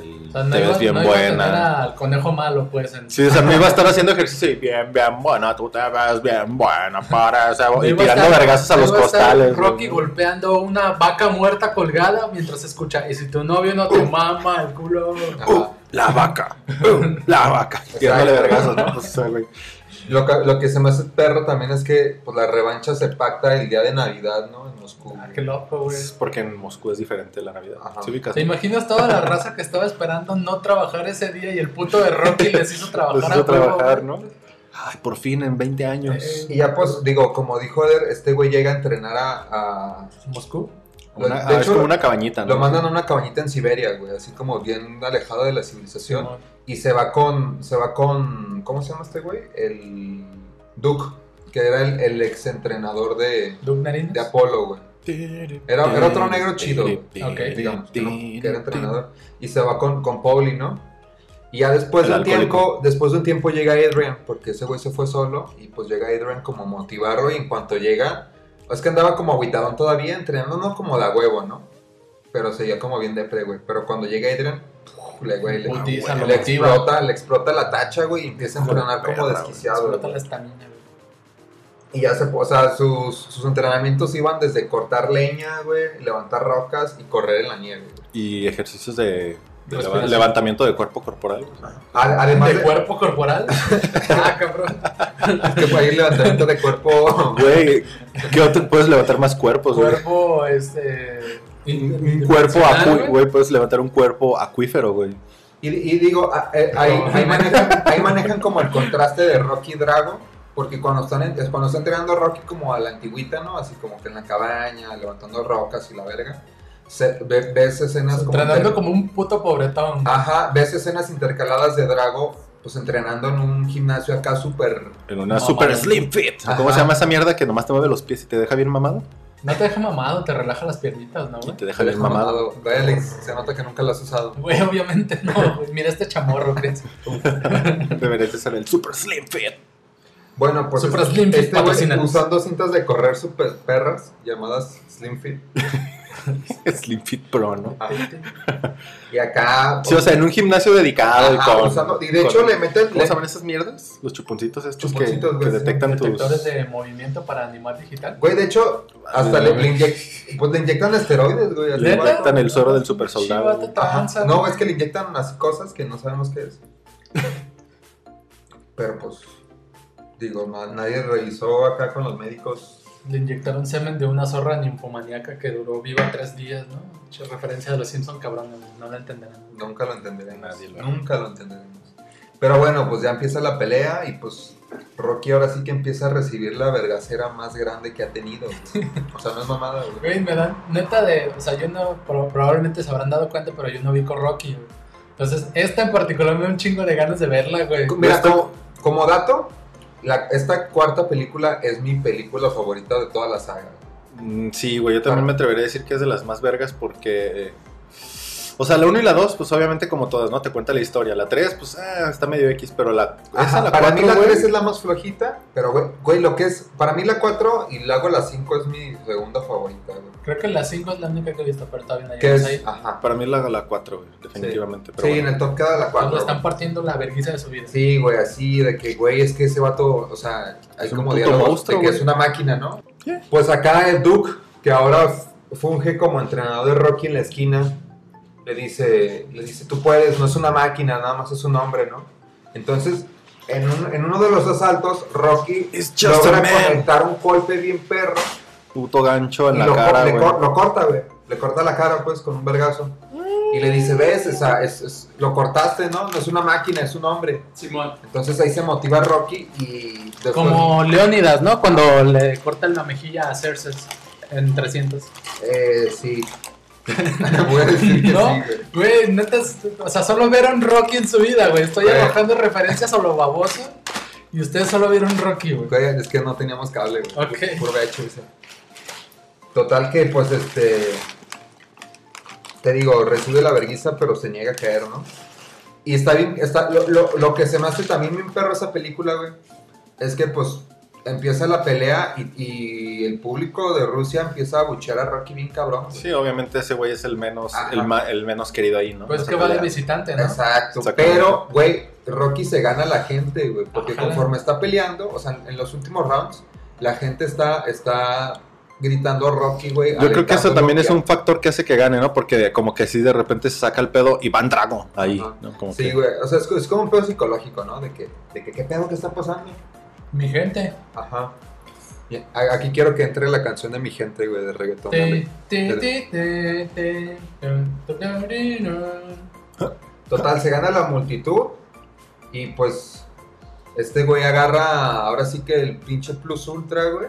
Speaker 3: el
Speaker 2: O sea, no
Speaker 3: te
Speaker 2: iba,
Speaker 3: ves bien
Speaker 2: no iba a tener
Speaker 3: buena.
Speaker 2: al conejo malo, pues. En,
Speaker 3: Sí, o sea, no iba a estar haciendo ejercicio y bien, bien buena, tú te ves bien buena para esa.
Speaker 2: No
Speaker 3: Y
Speaker 2: iba
Speaker 3: tirando
Speaker 2: estar-
Speaker 3: vergazos a
Speaker 2: no
Speaker 3: los
Speaker 2: iba estar
Speaker 3: costales.
Speaker 2: Rocky
Speaker 3: güey.
Speaker 2: golpeando una vaca muerta colgada mientras escucha. Y si tu novio no te mama el culo.
Speaker 1: Ajá.
Speaker 3: Uh, la vaca, uh, la vaca. Tirándole
Speaker 1: Exacto.
Speaker 3: vergazos, ¿no? Pues, o sea, güey.
Speaker 1: Lo que, lo que se me hace perro también es que pues, la revancha se pacta el día de Navidad, ¿no? En Moscú.
Speaker 2: Ah,
Speaker 1: güey.
Speaker 2: qué loco, güey.
Speaker 3: Es porque en Moscú es diferente la Navidad.
Speaker 1: Ajá.
Speaker 3: ¿Sí ubicas?
Speaker 2: ¿Te imaginas toda la raza que estaba esperando no trabajar ese día y el puto de Rocky les hizo trabajar?
Speaker 3: Les
Speaker 2: a
Speaker 3: hizo
Speaker 2: huevo,
Speaker 3: trabajar,
Speaker 2: güey?
Speaker 3: ¿no? Ay, por fin, en 20 años.
Speaker 2: Eh,
Speaker 1: Y ya pues, digo, como dijo Eder, este güey llega a entrenar a... a-
Speaker 2: Moscú.
Speaker 1: de
Speaker 3: Una- ah, es
Speaker 1: hecho,
Speaker 3: como una cabañita, ¿no?
Speaker 1: Lo mandan a una cabañita en Siberia, güey, así como bien alejado de la civilización.
Speaker 2: Simón.
Speaker 1: Y se va con, se va con, ¿cómo se llama este güey? El Duke, que era el, el exentrenador de,
Speaker 2: Doug Narines.
Speaker 1: de Apolo, güey.
Speaker 3: Era,
Speaker 1: Era- era otro negro chido, güey.
Speaker 2: Ok.
Speaker 1: digamos, que, no- que era entrenador. Y se va con, con Pauli, ¿no? Y ya después
Speaker 3: El
Speaker 1: de un
Speaker 3: alcohólico.
Speaker 1: tiempo, después de un tiempo llega Adrian, porque ese güey se fue solo, y pues llega Adrian como a motivarlo, y en cuanto llega, es que andaba como aguitadón todavía, entrenándonos como de a huevo, ¿no? Pero seguía como bien depre, güey. Pero cuando llega Adrian, ¡puf! le, güey, le,
Speaker 2: Putiza,
Speaker 1: le
Speaker 2: lo motiva.
Speaker 1: explota, le explota la tacha, güey, y empieza a entrenar como
Speaker 3: Perra,
Speaker 1: desquiciado.
Speaker 2: Explota
Speaker 1: güey.
Speaker 2: la estamina, güey.
Speaker 1: Y ya se, o sea, sus, sus entrenamientos iban desde cortar leña, güey, levantar rocas y correr en la nieve, güey.
Speaker 3: Y ejercicios de, de leva-
Speaker 2: Respiración.
Speaker 3: levantamiento de cuerpo corporal.
Speaker 1: A- Además
Speaker 2: ¿De
Speaker 1: de-
Speaker 2: cuerpo corporal? ah, cabrón.
Speaker 1: que fue ahí levantamiento de cuerpo.
Speaker 3: Güey, ¿qué otro puedes levantar más cuerpos, güey?
Speaker 2: cuerpo, este...
Speaker 3: Un- Un cuerpo
Speaker 2: interdimensional,
Speaker 3: acu- güey, puedes levantar un cuerpo acuífero, güey.
Speaker 1: Y, y digo, a- eh, ahí, ahí manejan, ahí manejan como el contraste de Rocky y Drago, porque cuando están, en- cuando están entrenando a Rocky como a la antigüita, ¿no? Así como que en la cabaña, levantando rocas y la verga. Se, ve- ves escenas como... Ah.
Speaker 2: Entrenando
Speaker 1: inter-
Speaker 2: como un puto pobretón. güey.
Speaker 1: Ajá, ves escenas intercaladas de Drago, pues entrenando en un gimnasio acá súper...
Speaker 3: En una
Speaker 2: Mamado.
Speaker 3: super slim fit.
Speaker 1: Ajá.
Speaker 3: ¿Cómo se llama esa mierda que nomás te mueve los pies y te deja bien mamado?
Speaker 2: No te deja mamado, te relaja las piernitas, ¿no,
Speaker 3: Y
Speaker 2: güey?
Speaker 3: te deja bien mamado.
Speaker 1: Ve, Alex, se nota que nunca lo has usado.
Speaker 2: Güey, obviamente no, güey. Mira este chamorro, güey.
Speaker 3: Deberías de ser el super slim fit.
Speaker 1: Bueno, pues
Speaker 2: Supra
Speaker 1: este-
Speaker 2: Slim Fit,
Speaker 1: este güey
Speaker 2: patrocínanos.
Speaker 1: usando cintas de correr super perras llamadas Slim Fit.
Speaker 3: Slimpit Pro, ¿no?
Speaker 1: Y acá. pues,
Speaker 3: Sí, o sea, en un gimnasio dedicado y
Speaker 1: Ajá,
Speaker 3: con-
Speaker 1: usando- y de
Speaker 3: con-
Speaker 1: hecho le meten.
Speaker 3: ¿Cómo
Speaker 1: le-
Speaker 3: se llaman esas mierdas? Los chuponcitos estos que-
Speaker 1: Chuponcitos,
Speaker 3: que,
Speaker 1: güey, sí,
Speaker 3: detectan tus...
Speaker 2: Detectores de movimiento para animal digital.
Speaker 1: Güey, de hecho, hasta
Speaker 3: Ah.
Speaker 1: le, le inyec- pues le inyectan esteroides, güey. al
Speaker 3: Le
Speaker 1: igual.
Speaker 3: inyectan el suero del super soldado.
Speaker 2: Chivato,
Speaker 1: Ajá.
Speaker 2: tranza,
Speaker 1: Ah, No,
Speaker 2: güey.
Speaker 1: es que le inyectan unas cosas que no sabemos qué es. Pero pues, digo, no, nadie revisó acá con los médicos.
Speaker 2: Le inyectaron semen de una zorra ninfomaníaca que duró viva tres días, ¿no? Mucha referencia de los Simpsons, cabrón, no- no la entenderán.
Speaker 1: Nunca lo entenderemos.
Speaker 3: Nadie lo-
Speaker 1: Nunca lo entenderemos. Pero bueno, pues ya empieza la pelea y pues Rocky ahora sí que empieza a recibir la vergacera más grande que ha tenido. güey. O sea, no es mamada, güey.
Speaker 2: Güey, me dan, neta de, o sea, yo no, pro- probablemente se habrán dado cuenta, pero yo no vi con Rocky, güey. Entonces, esta en particular me da un chingo de ganas de verla, güey.
Speaker 1: Mira,
Speaker 3: Esto-
Speaker 1: como, como dato, la- esta cuarta película es mi película favorita de toda la saga.
Speaker 3: Mm, Sí, güey, yo también me atrevería a decir que es de las más vergas porque... eh, O sea, la 1 y la 2, pues obviamente como todas, ¿no? Te cuenta la historia. La 3, pues ah, está medio X, pero la...
Speaker 1: Ajá,
Speaker 3: esa, la
Speaker 1: para
Speaker 3: cuatro,
Speaker 1: mí la
Speaker 3: güey,
Speaker 1: 3 es la más flojita, pero güey, güey, lo que es, para mí la 4 y luego la 5 es mi segunda favorita, güey.
Speaker 2: Creo que la 5 es la única que he visto, pero está bien ahí.
Speaker 1: Que es, Ah,
Speaker 2: ahí.
Speaker 1: ajá.
Speaker 3: Para mí la, la 4, güey, definitivamente.
Speaker 1: Sí,
Speaker 3: Pero
Speaker 1: en
Speaker 3: bueno.
Speaker 1: el top queda la
Speaker 2: Cuando
Speaker 1: 4.
Speaker 2: están partiendo la vergüenza de su vida.
Speaker 1: Sí, güey, así de que, güey, es que ese vato, o sea, hay
Speaker 3: Es un
Speaker 1: como
Speaker 3: puto
Speaker 1: diálogos
Speaker 3: monstruo,
Speaker 1: de que
Speaker 3: güey.
Speaker 1: es una máquina, ¿no?
Speaker 3: Yeah.
Speaker 1: Pues acá el Duke, que ahora f- funge como entrenador de Rocky en la esquina, le dice, le dice, tú puedes, no es una máquina, nada más es un hombre, ¿no? Entonces, en, un- en uno de los asaltos, Rocky
Speaker 3: It's just a
Speaker 1: logra
Speaker 3: man.
Speaker 1: conectar un golpe bien perro
Speaker 3: Puto gancho en
Speaker 1: y
Speaker 3: la
Speaker 1: lo, co-
Speaker 3: cara,
Speaker 1: le
Speaker 3: güey.
Speaker 1: cor- lo corta, güey. Le corta la cara, pues, con un vergazo. Y le dice, ves, esa- es- es- lo cortaste, ¿no? No es una máquina, es un hombre.
Speaker 2: Simón.
Speaker 1: Entonces ahí se motiva Rocky y después...
Speaker 2: Como Leónidas, ¿no? Cuando le cortan la mejilla a Cersei en 300.
Speaker 1: Eh, sí. Voy a decir que
Speaker 2: ¿No?
Speaker 1: sí, güey.
Speaker 2: Güey, neta, es- o sea, solo vieron Rocky en su vida, güey. Estoy
Speaker 1: Güey.
Speaker 2: arrojando referencias a lo baboso y ustedes solo vieron Rocky, güey.
Speaker 1: Güey, es que no teníamos cable, güey.
Speaker 2: Ok.
Speaker 1: Puro VHS. Total que, pues, este... Te digo, recibe la vergüenza, pero se niega a caer, ¿no? Y está bien, está, lo, lo- lo que se me hace también bien perro esa película, güey, es que, pues, empieza la pelea y, y el público de Rusia empieza a buchear a Rocky bien cabrón, güey.
Speaker 3: Sí, obviamente ese güey es el menos,
Speaker 1: Ajá.
Speaker 3: el, ma- el menos querido ahí, ¿no?
Speaker 2: Pues
Speaker 3: Esa
Speaker 2: que va de
Speaker 3: pelea.
Speaker 2: visitante, ¿no?
Speaker 1: Exacto.
Speaker 3: Exactamente.
Speaker 1: Pero, güey, Rocky se gana a la gente, güey. Porque
Speaker 2: Ajá.
Speaker 1: conforme está peleando, o sea, en los últimos rounds, la gente está, está gritando a Rocky, güey.
Speaker 3: Yo creo que eso
Speaker 1: alentándolo,
Speaker 3: también es
Speaker 1: que-
Speaker 3: un factor que hace que gane, ¿no? Porque como que sí de repente se saca el pedo y va en drago ahí,
Speaker 1: Ajá.
Speaker 3: ¿no? Como
Speaker 1: Sí,
Speaker 3: que-
Speaker 1: güey. O sea, es, es como un pedo psicológico, ¿no? De que, de que, ¿qué pedo que está pasando?
Speaker 2: Mi gente.
Speaker 1: Ajá. Y a- Aquí quiero que entre la canción de mi gente, güey, de reggaetón.
Speaker 2: Te,
Speaker 1: dale.
Speaker 2: te, te, te, te, tun, tun, tun, tun.
Speaker 1: Total, se gana la multitud y pues este güey agarra ahora sí que el pinche plus ultra, güey.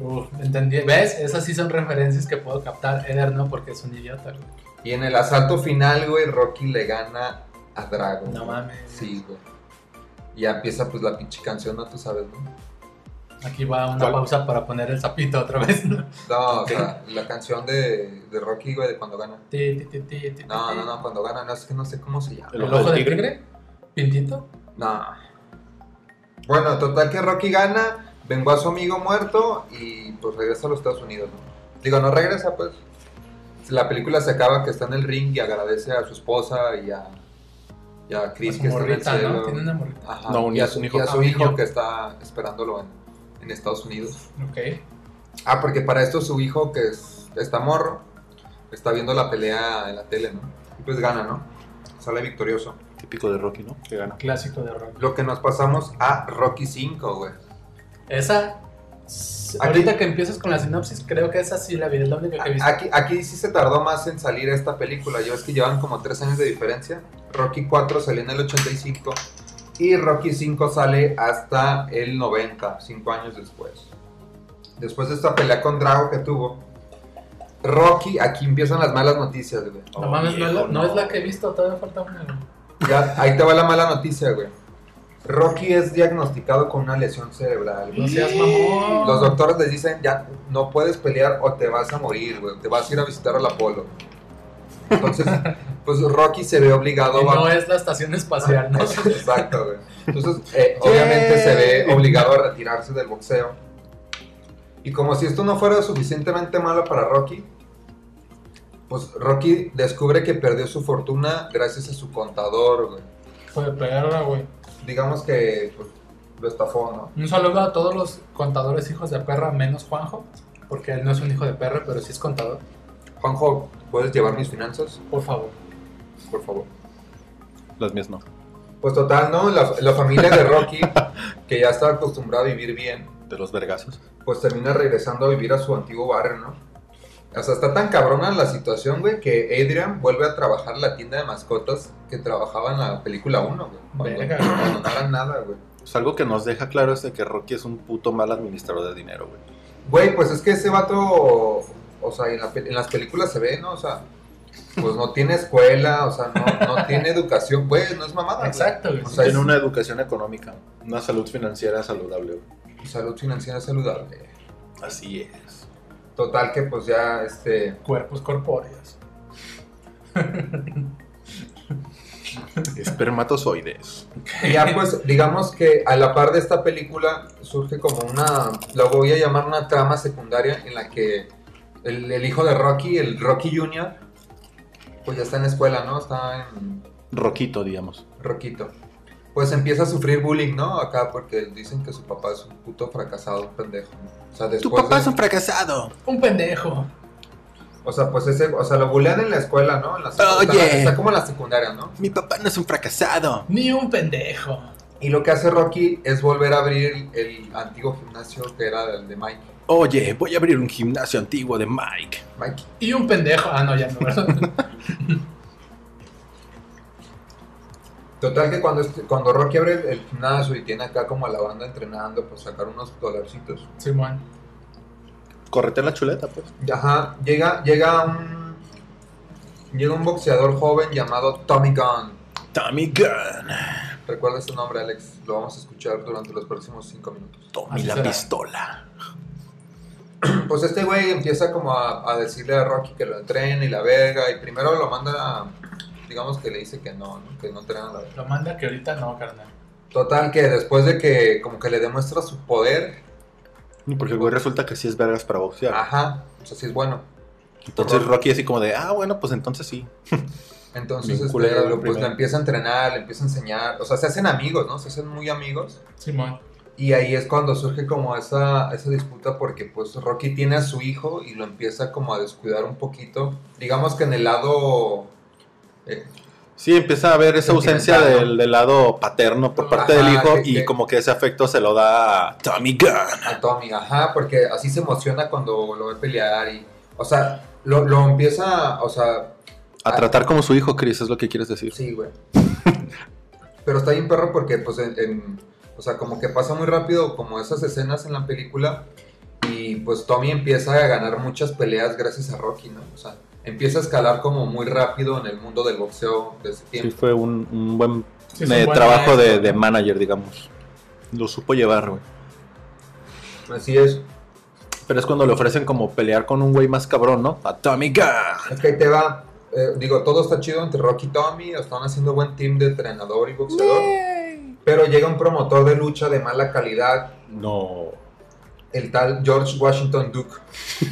Speaker 2: Uf, entendí. ¿Ves? Esas sí son referencias que puedo captar. Eder no, porque es un idiota. güey.
Speaker 1: Y en el asalto final, güey, Rocky le gana a Drago.
Speaker 2: No
Speaker 1: güey.
Speaker 2: mames.
Speaker 1: Sí, güey. Y ya empieza pues la pinche canción, ¿no? Tú sabes, ¿no?
Speaker 2: Aquí va una
Speaker 3: ¿Cuál?
Speaker 2: pausa para poner el sapito otra vez. ¿no?
Speaker 1: No, o sea, la canción de, de Rocky, güey, de cuando gana.
Speaker 2: Ti, ti, ti, ti, ti,
Speaker 1: No,
Speaker 2: ti.
Speaker 1: no, no, cuando gana, no, es que no sé cómo se llama.
Speaker 2: ¿El ojo del tigre? ¿Pintito?
Speaker 1: No. Bueno, total que Rocky gana, vengó a su amigo muerto y pues regresa a los Estados Unidos, ¿no? Digo, no regresa, pues. La película se acaba que está en el ring y agradece a su esposa y a, y a Chris
Speaker 2: Su
Speaker 1: que está
Speaker 2: Pues
Speaker 1: en
Speaker 2: morrita,
Speaker 1: el cielo.
Speaker 2: ¿no? Tiene una morrita.
Speaker 1: Ajá,
Speaker 3: No, un
Speaker 1: y a
Speaker 3: hijo,
Speaker 1: su,
Speaker 3: un hijo.
Speaker 1: y a su
Speaker 2: Ah, un
Speaker 1: hijo
Speaker 2: niño.
Speaker 1: que está esperándolo en, en Estados Unidos.
Speaker 2: Ok.
Speaker 1: Ah, porque para esto su hijo, que es, está morro, está viendo la pelea en la tele, ¿no? Y pues gana, ¿no? Sale victorioso.
Speaker 3: Típico de Rocky, ¿no? Que gana.
Speaker 2: Clásico de rock.
Speaker 1: Lo que nos pasamos a Rocky 5, güey.
Speaker 2: Esa. Ahorita que empiezas con la sinopsis, creo que esa sí la vi, es la única que he visto.
Speaker 1: Aquí, aquí sí se tardó más en salir esta película. Yo es que llevan como tres años de diferencia. Rocky 4 salió en el 85 y Rocky 5 sale hasta el 90, cinco años después. Después de esta pelea con Drago que tuvo, Rocky, aquí empiezan las malas noticias, güey.
Speaker 2: no mames, no, es la-
Speaker 3: Oh,
Speaker 1: Oh,
Speaker 3: viejo,
Speaker 2: no es la que he visto, todavía falta una.
Speaker 1: Ya, ahí te va la mala noticia, güey. Rocky es diagnosticado con una lesión cerebral, güey.
Speaker 2: No seas mamón.
Speaker 1: Los doctores les dicen, ya no puedes pelear o te vas a morir, güey. Te vas a ir a visitar al Apolo. Entonces, pues Rocky se ve obligado
Speaker 2: Y
Speaker 1: a...
Speaker 2: no es la estación espacial, ¿no?
Speaker 1: Exacto, güey. Entonces, eh, obviamente se ve obligado a retirarse del boxeo. Y como si esto no fuera suficientemente malo para Rocky, Pues Rocky descubre que perdió su fortuna gracias a su contador, güey.
Speaker 2: Fue de perra, güey.
Speaker 1: Digamos que pues, lo estafó, ¿no?
Speaker 2: Un saludo a todos los contadores hijos de perra, menos Juanjo, porque él no es un hijo de perra, pero sí es contador.
Speaker 1: Juanjo, ¿puedes llevar mis finanzas?
Speaker 2: Por favor.
Speaker 1: Por favor.
Speaker 3: Las mías no.
Speaker 1: Pues total, ¿no? La, la familia de Rocky, que ya está acostumbrada a vivir bien,
Speaker 3: De los vergazos.
Speaker 1: pues termina regresando a vivir a su antiguo barrio, ¿no? O sea, está tan cabrona la situación, güey, que Adrian vuelve a trabajar la tienda de mascotas que trabajaba en la película 1, güey. Cuando,
Speaker 2: Verga.
Speaker 1: cuando no era nada, güey.
Speaker 3: Pues algo que nos deja claro es de que Rocky es un puto mal administrador de dinero, güey.
Speaker 1: Güey, pues es que ese vato, o sea, en, la pe- en las películas se ve, ¿no? O sea, pues no tiene escuela, o sea, no, no tiene educación, güey, no es mamada. Ah, güey.
Speaker 2: Exacto, güey.
Speaker 1: O sea, es
Speaker 3: Tiene una educación económica, una salud financiera saludable, güey.
Speaker 1: salud financiera saludable.
Speaker 3: Así es.
Speaker 1: Total que pues ya, este,
Speaker 2: Cuerpos corpóreos.
Speaker 3: Espermatozoides.
Speaker 1: Y ya pues digamos que a la par de esta película surge como una, la voy a llamar una trama secundaria en la que el, el hijo de Rocky, el Rocky Jr., pues ya está en la escuela, ¿no? Está en
Speaker 3: Roquito, digamos.
Speaker 1: Roquito. Pues empieza a sufrir bullying, ¿no? Acá porque dicen que su papá es un puto fracasado, un pendejo. ¿no? O sea, después de-
Speaker 3: fracasado.
Speaker 2: Un pendejo.
Speaker 1: O sea, pues ese, o sea, lo bullean en la escuela, ¿no? En la secu-
Speaker 3: Oye.
Speaker 1: Está, está como en la secundaria, ¿no?
Speaker 3: Mi papá no es un fracasado.
Speaker 2: Ni un pendejo.
Speaker 1: Y lo que hace Rocky es volver a abrir el antiguo gimnasio que era el de Mike.
Speaker 3: Oye, voy a abrir un gimnasio antiguo de Mike.
Speaker 1: Mike
Speaker 2: Y un pendejo. Ah, no, ya no, ¿verdad?
Speaker 1: Total que cuando, este- cuando Rocky abre el gimnasio y tiene acá como a la banda entrenando por sacar unos dolarcitos.
Speaker 2: Simón.
Speaker 3: Correte la chuleta, pues.
Speaker 1: Ajá, llega, llega un llega un boxeador joven llamado Tommy Gunn.
Speaker 3: Tommy Gun.
Speaker 1: Recuerda ese nombre, Alex. Lo vamos a escuchar durante los próximos cinco minutos.
Speaker 3: Tommy
Speaker 2: Así
Speaker 3: la
Speaker 2: será.
Speaker 3: pistola.
Speaker 1: Pues este güey empieza como a, a decirle a Rocky que lo entrene y la verga. Y primero lo manda, a- digamos que le dice que no, ¿no? que no entrena la verga.
Speaker 2: Lo manda que ahorita no, carnal.
Speaker 1: Total que después de que como que le demuestra su poder,
Speaker 3: Porque el güey resulta que sí es vergas para boxear.
Speaker 1: ajá, o sea, sí es bueno.
Speaker 3: Entonces Rocky así como de, ah, bueno, pues entonces sí.
Speaker 1: Entonces,
Speaker 3: Bien
Speaker 1: este,
Speaker 3: culero,
Speaker 1: lo-
Speaker 3: ¿no?
Speaker 1: pues
Speaker 3: Primero.
Speaker 1: la empieza a entrenar, le empieza a enseñar, o sea, se hacen amigos, ¿no? Se hacen muy amigos.
Speaker 2: Simón.
Speaker 1: Y ahí es cuando surge como esa, esa disputa porque pues Rocky tiene a su hijo y lo empieza como a descuidar un poquito. Digamos que en el lado... eh,
Speaker 3: Sí, empieza a haber esa ausencia
Speaker 1: Sentimental,
Speaker 3: del, del lado paterno por parte
Speaker 1: Ajá,
Speaker 3: del hijo
Speaker 1: que-
Speaker 3: y
Speaker 1: que-
Speaker 3: como que ese afecto se lo da a Tommy Gunn.
Speaker 1: a Tommy, ajá, porque así se emociona cuando lo ve pelear y... O sea, lo, lo empieza, o sea,
Speaker 3: A
Speaker 1: Ah.
Speaker 3: tratar como su hijo, Chris, es lo que quieres decir.
Speaker 1: Sí, güey. Pero está bien perro porque, pues, en, en- o sea, como que pasa muy rápido como esas escenas en la película y, pues, Tommy empieza a ganar muchas peleas gracias a Rocky, ¿no? O sea, empieza a escalar como muy rápido en el mundo del boxeo de ese
Speaker 3: Sí,
Speaker 1: tiempo.
Speaker 3: fue un, un buen
Speaker 2: Sí, es un
Speaker 3: eh,
Speaker 2: buen
Speaker 3: trabajo de,
Speaker 2: maestro.
Speaker 3: de manager, digamos. Lo supo llevar, güey.
Speaker 1: Así Pues, es.
Speaker 3: Pero es cuando le ofrecen como pelear con un güey más cabrón, ¿no? A Tommy Gunn.
Speaker 1: ah, Es que ahí te va. eh, digo, todo está chido entre Rocky y Tommy, están haciendo buen team de entrenador y boxeador. Pero llega un promotor de lucha de mala calidad,
Speaker 3: No.
Speaker 1: el tal George Washington Duke.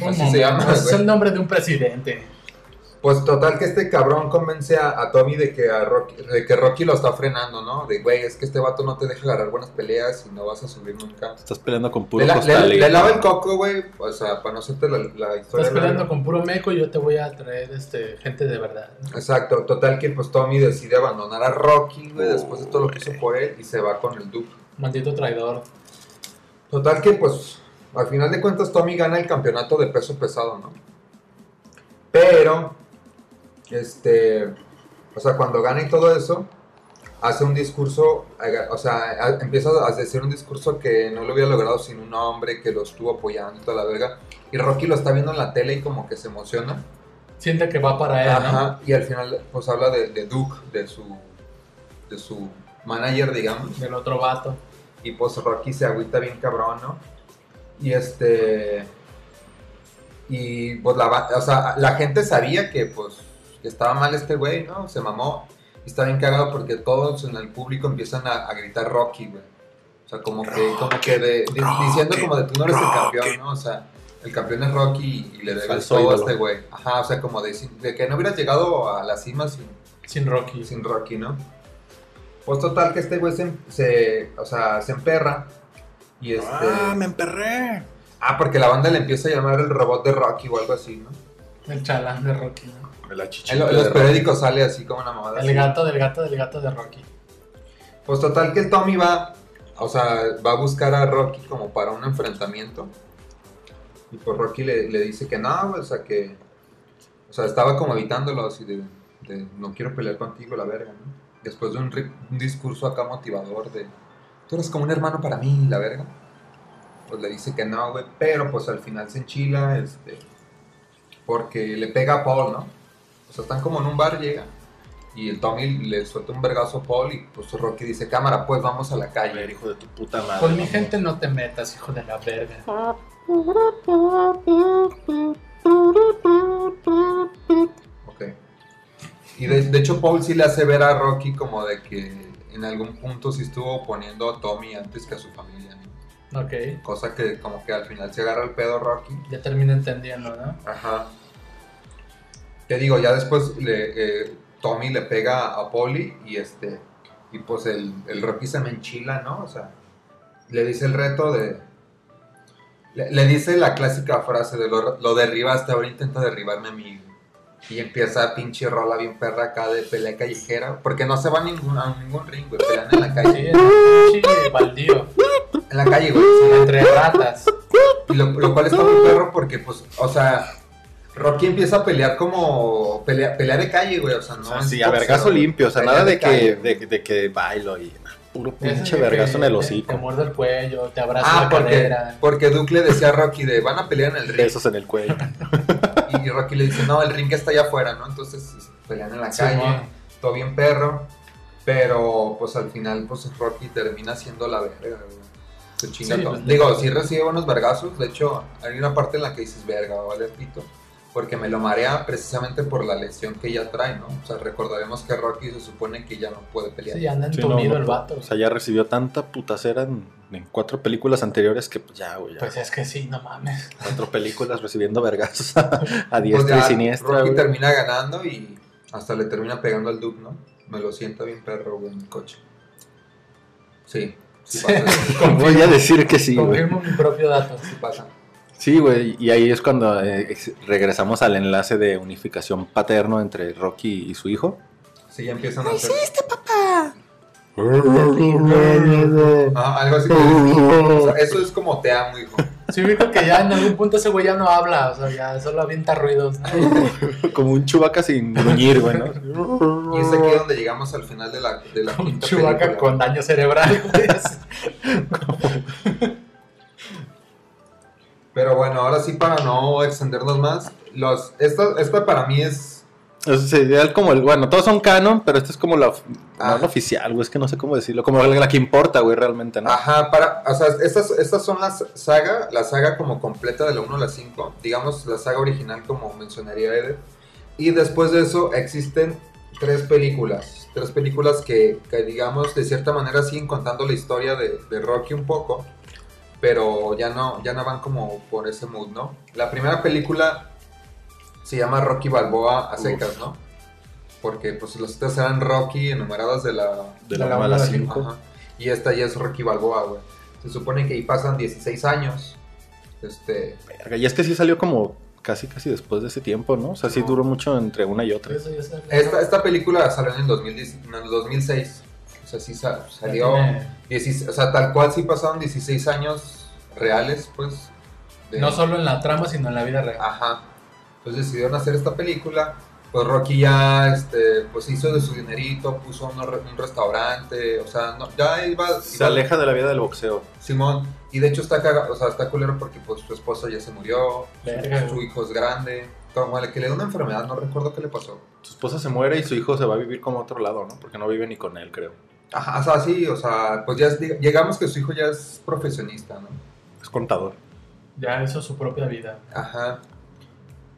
Speaker 2: Un
Speaker 1: Así se
Speaker 2: momento,
Speaker 1: llama,
Speaker 2: Es
Speaker 1: güey.
Speaker 2: el nombre de un presidente.
Speaker 1: Pues total que este cabrón convence a, a Tommy de que, a Rocky, de que Rocky lo está frenando, ¿no? De, güey, es que este vato no te deja agarrar buenas peleas y no vas a subir nunca.
Speaker 3: Estás peleando con
Speaker 1: Le,
Speaker 3: puro
Speaker 1: la- le-
Speaker 3: costal.
Speaker 1: le lava el coco, güey, o sea, para no hacerte la, la historia.
Speaker 2: Estás peleando
Speaker 1: larga.
Speaker 2: con puro meco y yo te voy a traer este, gente de verdad.
Speaker 1: Exacto, total que pues Tommy decide abandonar a Rocky, güey, después de todo lo que hizo
Speaker 3: Oh, Güey.
Speaker 1: por él y se va con el Duke.
Speaker 2: Maldito traidor.
Speaker 1: Total que pues al final de cuentas Tommy gana el campeonato de peso pesado, ¿no? Pero, este, o sea, cuando gana y todo eso, hace un discurso, haga- o sea, a- empieza a decir un discurso que no lo hubiera logrado sin un hombre que lo estuvo apoyando y toda la verga. Y Rocky lo está viendo en la tele y como que se emociona.
Speaker 2: Siente que va para él,
Speaker 1: Ajá, y al final pues habla de, de Duke, de su, de su manager, digamos.
Speaker 2: ¿no? Del otro vato.
Speaker 1: Y pues Rocky se agüita bien cabrón, ¿no? Y este. Y pues la, ba- o sea, la gente sabía que pues que estaba mal este güey, ¿no? Se mamó. Y está bien cagado porque todos en el público empiezan a, a gritar Rocky, güey. O sea, como que, como que de- de- diciendo como de tú no eres el campeón, ¿no? O sea, el campeón es Rocky y, y le debes
Speaker 3: Falso
Speaker 1: todo a
Speaker 3: ídolo.
Speaker 1: este güey. Ajá, o sea, como de, sin- de que no hubieras llegado a la cima sin,
Speaker 2: Sin Rocky.
Speaker 1: sin Rocky, ¿no? Pues total que este güey se, se- o sea, se emperra y este...
Speaker 3: Ah, me emperré.
Speaker 1: Ah, porque la banda le empieza a llamar el robot de Rocky o algo así, ¿no?
Speaker 2: El chalán de Rocky. ¿no?
Speaker 3: La
Speaker 1: En,
Speaker 3: chichita
Speaker 1: lo- en los
Speaker 3: de
Speaker 1: periódicos sale así como una mamada.
Speaker 2: El
Speaker 1: así.
Speaker 2: gato del gato del gato de Rocky.
Speaker 1: Pues total que el Tommy va, o sea, va a buscar a Rocky como para un enfrentamiento. Y pues Rocky le, le dice que no, o sea, que... O sea, estaba como evitándolo así de, de, no quiero pelear contigo, la verga, ¿no? Después de un, ri- un discurso acá motivador de, tú eres como un hermano para mí, la verga. Pues le dice que no, güey, pero pues al final se enchila, este... Porque le pega a Paul, ¿no? O sea, están como en un bar, llega. Y el Tommy le suelta un vergazo a Paul y pues Rocky dice, cámara, pues vamos a la
Speaker 3: A ver,
Speaker 1: calle.
Speaker 3: hijo de tu puta madre.
Speaker 2: Con mi
Speaker 3: mamón.
Speaker 2: gente no te metas, hijo de la verga.
Speaker 1: Ok. Y de, de hecho Paul sí le hace ver a Rocky como de que en algún punto sí estuvo oponiendo a Tommy antes que a su familia. ¿no?
Speaker 2: Ok.
Speaker 1: Cosa que como que al final se agarra el pedo Rocky.
Speaker 2: Ya termino entendiendo, ¿no?
Speaker 1: Ajá. Te digo, ya después le, eh, Tommy le pega a Polly y este. Y pues el, el Rocky se me enchila, ¿no? O sea. Le dice el reto de. Le, le dice la clásica frase de lo, lo derribaste, ahora intenta derribarme a mí. Y empieza a pinche rola bien perra acá de pelea callejera. Porque no se va a ningún, a ningún ring, güey. Pelean en la
Speaker 2: Sí,
Speaker 1: calle.
Speaker 2: en un pinche baldío.
Speaker 1: En la calle, güey.
Speaker 2: Entre ratas.
Speaker 1: Y lo, lo cual está muy perro porque, pues, o sea, Rocky empieza a pelear como pelea, pelea de calle, güey. O sea, no.
Speaker 3: O sea,
Speaker 1: es
Speaker 3: Ah, sí, a vergazo
Speaker 1: boxeo,
Speaker 3: limpio. O sea,
Speaker 1: pelea
Speaker 3: nada de que,
Speaker 1: calle.
Speaker 3: de, de que bailo y. Puro
Speaker 2: Ese
Speaker 3: pinche
Speaker 2: de
Speaker 3: vergazo
Speaker 2: que
Speaker 3: en el
Speaker 2: te- Te
Speaker 3: hocico.
Speaker 2: muerde el cuello, te abraza
Speaker 1: Ah,
Speaker 2: la
Speaker 1: porque,
Speaker 2: cadera.
Speaker 1: porque Duke le decía a Rocky de van a pelear en el ring.
Speaker 3: Besos en el cuello.
Speaker 1: Y Rocky le dice, no, el ring está allá afuera, ¿no? Entonces pelean en la calle,
Speaker 2: Simón.
Speaker 1: todo bien perro. Pero pues al final, pues Rocky termina siendo la verga, güey. Se chinga
Speaker 2: Sí,
Speaker 1: todo.
Speaker 2: pues,
Speaker 1: Digo, sí recibe buenos vergazos. De hecho, hay una parte en la que dices, verga, vale pito. Porque me lo marea precisamente por la lesión que ella trae, ¿no? O sea, recordaremos que Rocky se supone que ya no puede pelear.
Speaker 2: Sí, anda
Speaker 3: Sí,
Speaker 2: entumido
Speaker 3: no, no,
Speaker 2: el vato.
Speaker 3: O sea, ya recibió tanta putacera en, en cuatro películas anteriores que pues ya, güey. ya.
Speaker 2: pues es que sí, no mames.
Speaker 3: cuatro películas recibiendo vergazos a, a diestra
Speaker 1: Pues, ya,
Speaker 3: y siniestra,
Speaker 1: Rocky
Speaker 3: güey.
Speaker 1: termina ganando y hasta le termina pegando al Duke, ¿no? Me lo sienta bien perro, güey, en el coche. Sí, sí
Speaker 2: Sí.
Speaker 1: pasa. eso,
Speaker 3: Voy a decir que sí, güey.
Speaker 2: Confirmo mi propio dato.
Speaker 1: sí pasa.
Speaker 3: Sí, güey. Y ahí es cuando eh, ex- regresamos al enlace de unificación paterno entre Rocky y su hijo.
Speaker 1: Sí, ya empiezan a hacer.
Speaker 3: Ajá.
Speaker 1: Ah, algo así. que- o sea, eso es como te amo, hijo.
Speaker 2: Sí, ubico que ya en algún punto ese güey ya no habla, o sea, ya solo avienta ruidos. ¿no?
Speaker 3: Como un chubaca sin gruñir, güey, ¿no?
Speaker 1: Y es aquí donde llegamos al final de la, de la
Speaker 2: Un
Speaker 1: quinta
Speaker 2: chubaca
Speaker 1: película.
Speaker 2: con daño cerebral, güey. así.
Speaker 1: Pero bueno, ahora sí, para no extendernos más, los, esta, esta para mí es.
Speaker 3: O sea, sería el- como el, bueno, todos son canon, pero esta es como la, of-
Speaker 1: Ah.
Speaker 3: no la oficial, güey, es que no sé cómo decirlo, como la, la que importa, güey, realmente, ¿no?
Speaker 1: Ajá, para. O sea, estas, estas son las saga, la saga como completa de la 1 a la 5. Digamos, la saga original, como mencionaría Eder. Y después de eso existen tres películas. Tres películas que, que, digamos, de cierta manera siguen contando la historia de, de Rocky un poco. Pero ya no, ya no van como por ese mood, ¿no? La primera película se llama Rocky Balboa a secas, ¿no? Porque pues las otras eran Rocky enumeradas de la
Speaker 2: de
Speaker 3: De la
Speaker 2: la
Speaker 3: 1 a la
Speaker 2: una a la
Speaker 3: 5.
Speaker 1: Ajá. Y esta ya es Rocky Balboa, güey. Se supone que ahí pasan 16 años. Este,
Speaker 3: Y es que sí salió como casi, casi después de ese tiempo, ¿no? O sea, sí
Speaker 1: No.
Speaker 3: duró mucho entre una y otra.
Speaker 2: Eso ya se-
Speaker 1: esta, esta película salió en el, 2010 en el 2006. O sea, sí sa-
Speaker 2: ya
Speaker 1: salió...
Speaker 2: tiene-
Speaker 1: 16 o sea, tal cual sí pasaron 16 años reales, pues. de-
Speaker 2: No solo en la trama, sino en la vida real.
Speaker 1: Ajá. Pues decidieron hacer esta película. Pues Rocky ya este, pues hizo de su dinerito, puso un, re- un restaurante, o sea, no- ya iba, iba-
Speaker 3: Se aleja de la vida del boxeo.
Speaker 1: Simón. Y de hecho está caga- o sea, está culero porque pues su esposa ya se murió, su-
Speaker 2: Verga.
Speaker 1: su, hijo es grande, como el que le dio una enfermedad, no recuerdo qué le pasó.
Speaker 3: Su esposa se muere y su hijo se va a vivir como a otro lado, ¿no? Porque no vive ni con él, creo.
Speaker 1: Ajá, o sea, sí, o sea, pues ya es- dig- llegamos que su hijo ya es profesionista, ¿no?
Speaker 3: Es contador.
Speaker 2: Ya hizo su propia vida.
Speaker 1: Ajá.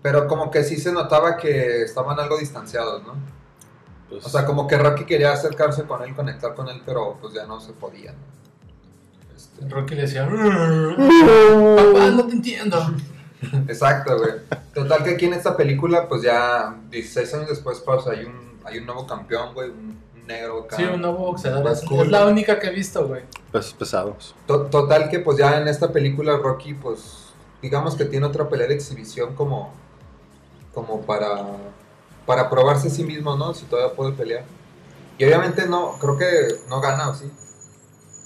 Speaker 1: Pero como que sí se notaba que estaban algo distanciados, ¿no?
Speaker 3: Pues,
Speaker 1: O sea, como que Rocky quería acercarse con él, conectar con él, pero pues ya no se podía. ¿no? Este,
Speaker 2: Rocky le decía, "Rrr, papá, no te entiendo.
Speaker 1: Exacto, güey. Total que aquí en esta película, pues ya 16 años después, pues hay un, hay un nuevo campeón, güey, un un negro acá.
Speaker 2: Sí, un nuevo boxeador.
Speaker 1: Más
Speaker 2: Es,
Speaker 1: cool,
Speaker 2: es la
Speaker 1: güey.
Speaker 2: única que he visto, güey.
Speaker 3: Pesos pesados.
Speaker 1: To- total que pues ya en esta película Rocky, pues digamos que tiene otra pelea de exhibición como, como para, para probarse a sí mismo, ¿no? Si todavía puede pelear. Y obviamente no, creo que no gana, ¿o sí?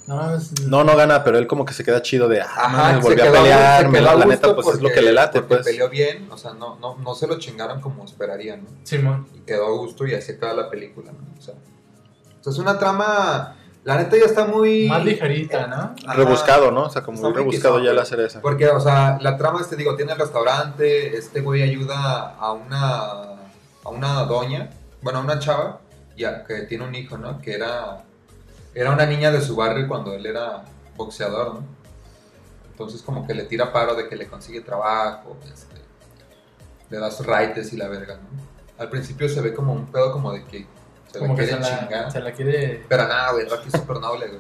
Speaker 2: No, es-
Speaker 3: No, no gana, pero él como que se queda chido de, ah, mames,
Speaker 1: se
Speaker 3: volví a
Speaker 1: quedó-
Speaker 3: pelear,
Speaker 1: se
Speaker 3: me-
Speaker 1: quedó a
Speaker 3: la
Speaker 1: gusto
Speaker 3: neta, pues es lo
Speaker 1: porque-
Speaker 3: que le late,
Speaker 1: porque
Speaker 3: pues.
Speaker 1: peleó bien, o sea, no, no, no se lo chingaron como esperarían, ¿no?
Speaker 2: Simón.
Speaker 1: y quedó a gusto y así acaba la película, ¿no? O sea, o sea, es una trama, la neta ya está muy...
Speaker 2: Más ligerita, ¿no?
Speaker 1: Ajá.
Speaker 3: Rebuscado, ¿no? O sea, como
Speaker 1: Está
Speaker 3: muy
Speaker 1: muy
Speaker 3: rebuscado
Speaker 1: quiso,
Speaker 3: ya
Speaker 1: güey.
Speaker 3: la cereza.
Speaker 1: Porque, o sea, la trama, te digo, tiene el restaurante, este güey ayuda a una, a una doña, bueno, a una chava, ya que tiene un hijo, ¿no? Que era, era una niña de su barrio cuando él era boxeador, ¿no? Entonces como que le tira paro de que le consigue trabajo, este, le das raites y la verga, ¿no? Al principio se ve como un pedo como de que se
Speaker 2: Como
Speaker 1: la
Speaker 2: que se
Speaker 1: quieren
Speaker 2: la,
Speaker 1: chingar.
Speaker 2: se la quiere.
Speaker 1: Pero nada, güey, Rocky es súper noble, güey.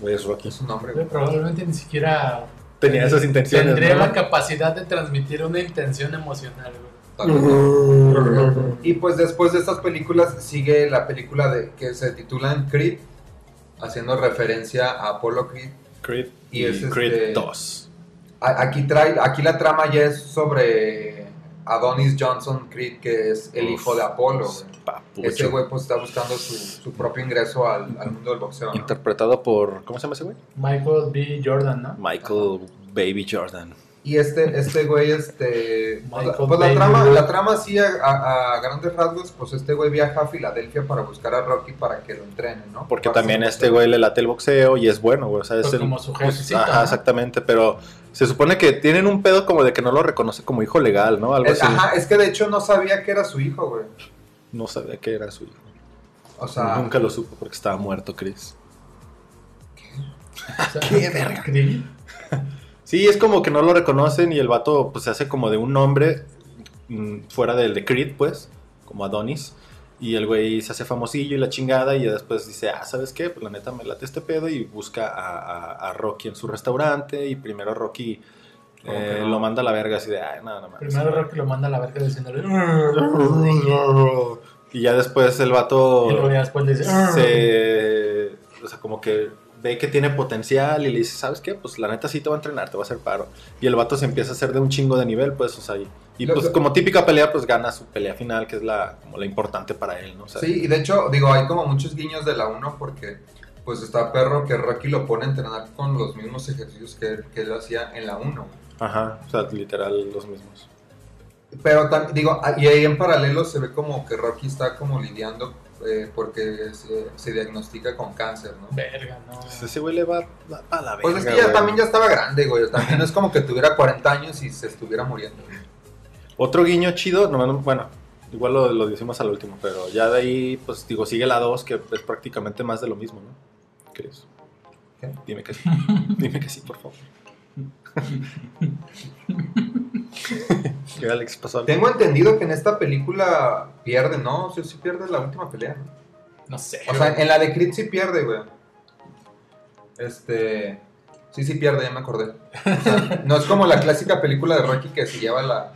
Speaker 3: Güey, es Rocky.
Speaker 1: Es su nombre,
Speaker 2: güey,
Speaker 1: güey.
Speaker 2: Probablemente ni siquiera
Speaker 3: Tenía esas intenciones,
Speaker 2: tendría
Speaker 3: ¿no?
Speaker 2: la capacidad de transmitir una intención emocional, güey.
Speaker 1: Y pues después de estas películas sigue la película de, que se titula Creed, haciendo referencia a Apollo Creed.
Speaker 3: Creed
Speaker 1: Y
Speaker 3: y,
Speaker 1: es este-
Speaker 3: Creed 2.
Speaker 1: A- aquí, trae, aquí la trama ya es sobre Adonis Johnson Creed, que es el
Speaker 3: Uf.
Speaker 1: hijo de Apollo. güey.
Speaker 3: Papucho.
Speaker 1: Ese güey pues está buscando su, su propio ingreso al, al mundo del boxeo. ¿no?
Speaker 3: Interpretado por, ¿cómo se llama ese güey?
Speaker 2: Michael B. Jordan, ¿no?
Speaker 3: Michael Baby Jordan.
Speaker 1: Y este, este güey, este. Pues, la-
Speaker 2: Michael
Speaker 1: pues la
Speaker 2: Bay,
Speaker 1: trama,
Speaker 2: güey.
Speaker 1: la trama sí, a, a- a grandes rasgos, pues este güey viaja a Filadelfia para buscar a Rocky para que lo entrene, ¿no?
Speaker 3: Porque
Speaker 1: Para
Speaker 3: también
Speaker 1: ser
Speaker 3: este güey le late el boxeo y es bueno, güey. O sea, es
Speaker 2: Pues
Speaker 3: el-
Speaker 2: como su
Speaker 3: pues,
Speaker 2: jefecito,
Speaker 3: Ajá,
Speaker 2: ¿no?
Speaker 3: exactamente. Pero se supone que tienen un pedo como de que no lo reconoce como hijo legal, ¿no? Algo
Speaker 1: Es-
Speaker 3: así.
Speaker 1: Eh, ajá, es que de hecho no sabía que era su hijo, güey.
Speaker 3: No sabía que era su hijo.
Speaker 1: O sea,
Speaker 3: Nunca lo supo porque estaba muerto, Chris.
Speaker 2: O sea,
Speaker 3: ¡Qué verga!
Speaker 2: Creed.
Speaker 3: Sí, es como que no lo reconocen y el vato pues se hace como de un nombre mm, fuera del de Creed, pues, como Adonis. Y el güey se hace famosillo y la chingada y ya después dice, ah, ¿sabes qué? Pues la neta me late este pedo y busca a, a- a Rocky en su restaurante y primero Rocky
Speaker 1: Como
Speaker 3: eh,
Speaker 1: que no.
Speaker 3: lo manda a la verga así de, ay, no, no mames".
Speaker 2: Primero Rocky lo manda a la verga diciéndole.
Speaker 3: Y ya después el
Speaker 2: Y luego
Speaker 3: vato
Speaker 2: ya después le dice.
Speaker 3: se... O sea, como que ve que tiene potencial y le dice, ¿sabes qué? Pues la neta sí te va a entrenar, te va a hacer paro. Y el vato se empieza a hacer de un chingo de nivel, pues, o sea, y, y,
Speaker 1: Lo-
Speaker 3: pues
Speaker 1: lo-
Speaker 3: como típica pelea, pues gana su pelea final, que es la como la importante para él, ¿no? O sea,
Speaker 1: sí, y de hecho, digo, hay como muchos guiños de la 1 porque pues está perro que Rocky lo pone a entrenar con los mismos ejercicios que, que él hacía en la 1.
Speaker 3: Ajá, o sea, literal los mismos.
Speaker 1: Pero también, digo, ah, y ahí en paralelo se ve como que Rocky está como lidiando eh, porque se, se diagnostica con cáncer, ¿no?
Speaker 2: Verga, no.
Speaker 3: Pues, ese güey le va, va a la verga,
Speaker 1: Pues es que ya
Speaker 3: güey.
Speaker 1: también ya estaba grande, güey. También no es como que tuviera 40 años y se estuviera muriendo. güey.
Speaker 3: Otro guiño chido, no, no, bueno, igual lo, lo decimos al último, pero ya de ahí, pues digo, sigue la 2, que es prácticamente más de lo mismo, ¿no? ¿Qué es?
Speaker 1: ¿Qué?
Speaker 3: Dime que sí. Dime que sí, por favor. ¿Qué Alex pasó algo?
Speaker 1: Tengo entendido que en esta película pierde, ¿no? Sí, sí pierde la última pelea, ¿no?
Speaker 2: No sé.
Speaker 1: O sea,
Speaker 2: güey.
Speaker 1: en la de Creed sí pierde, güey. Este. Sí, sí pierde, ya me acordé. O sea, no es como la clásica película de Rocky que se lleva la.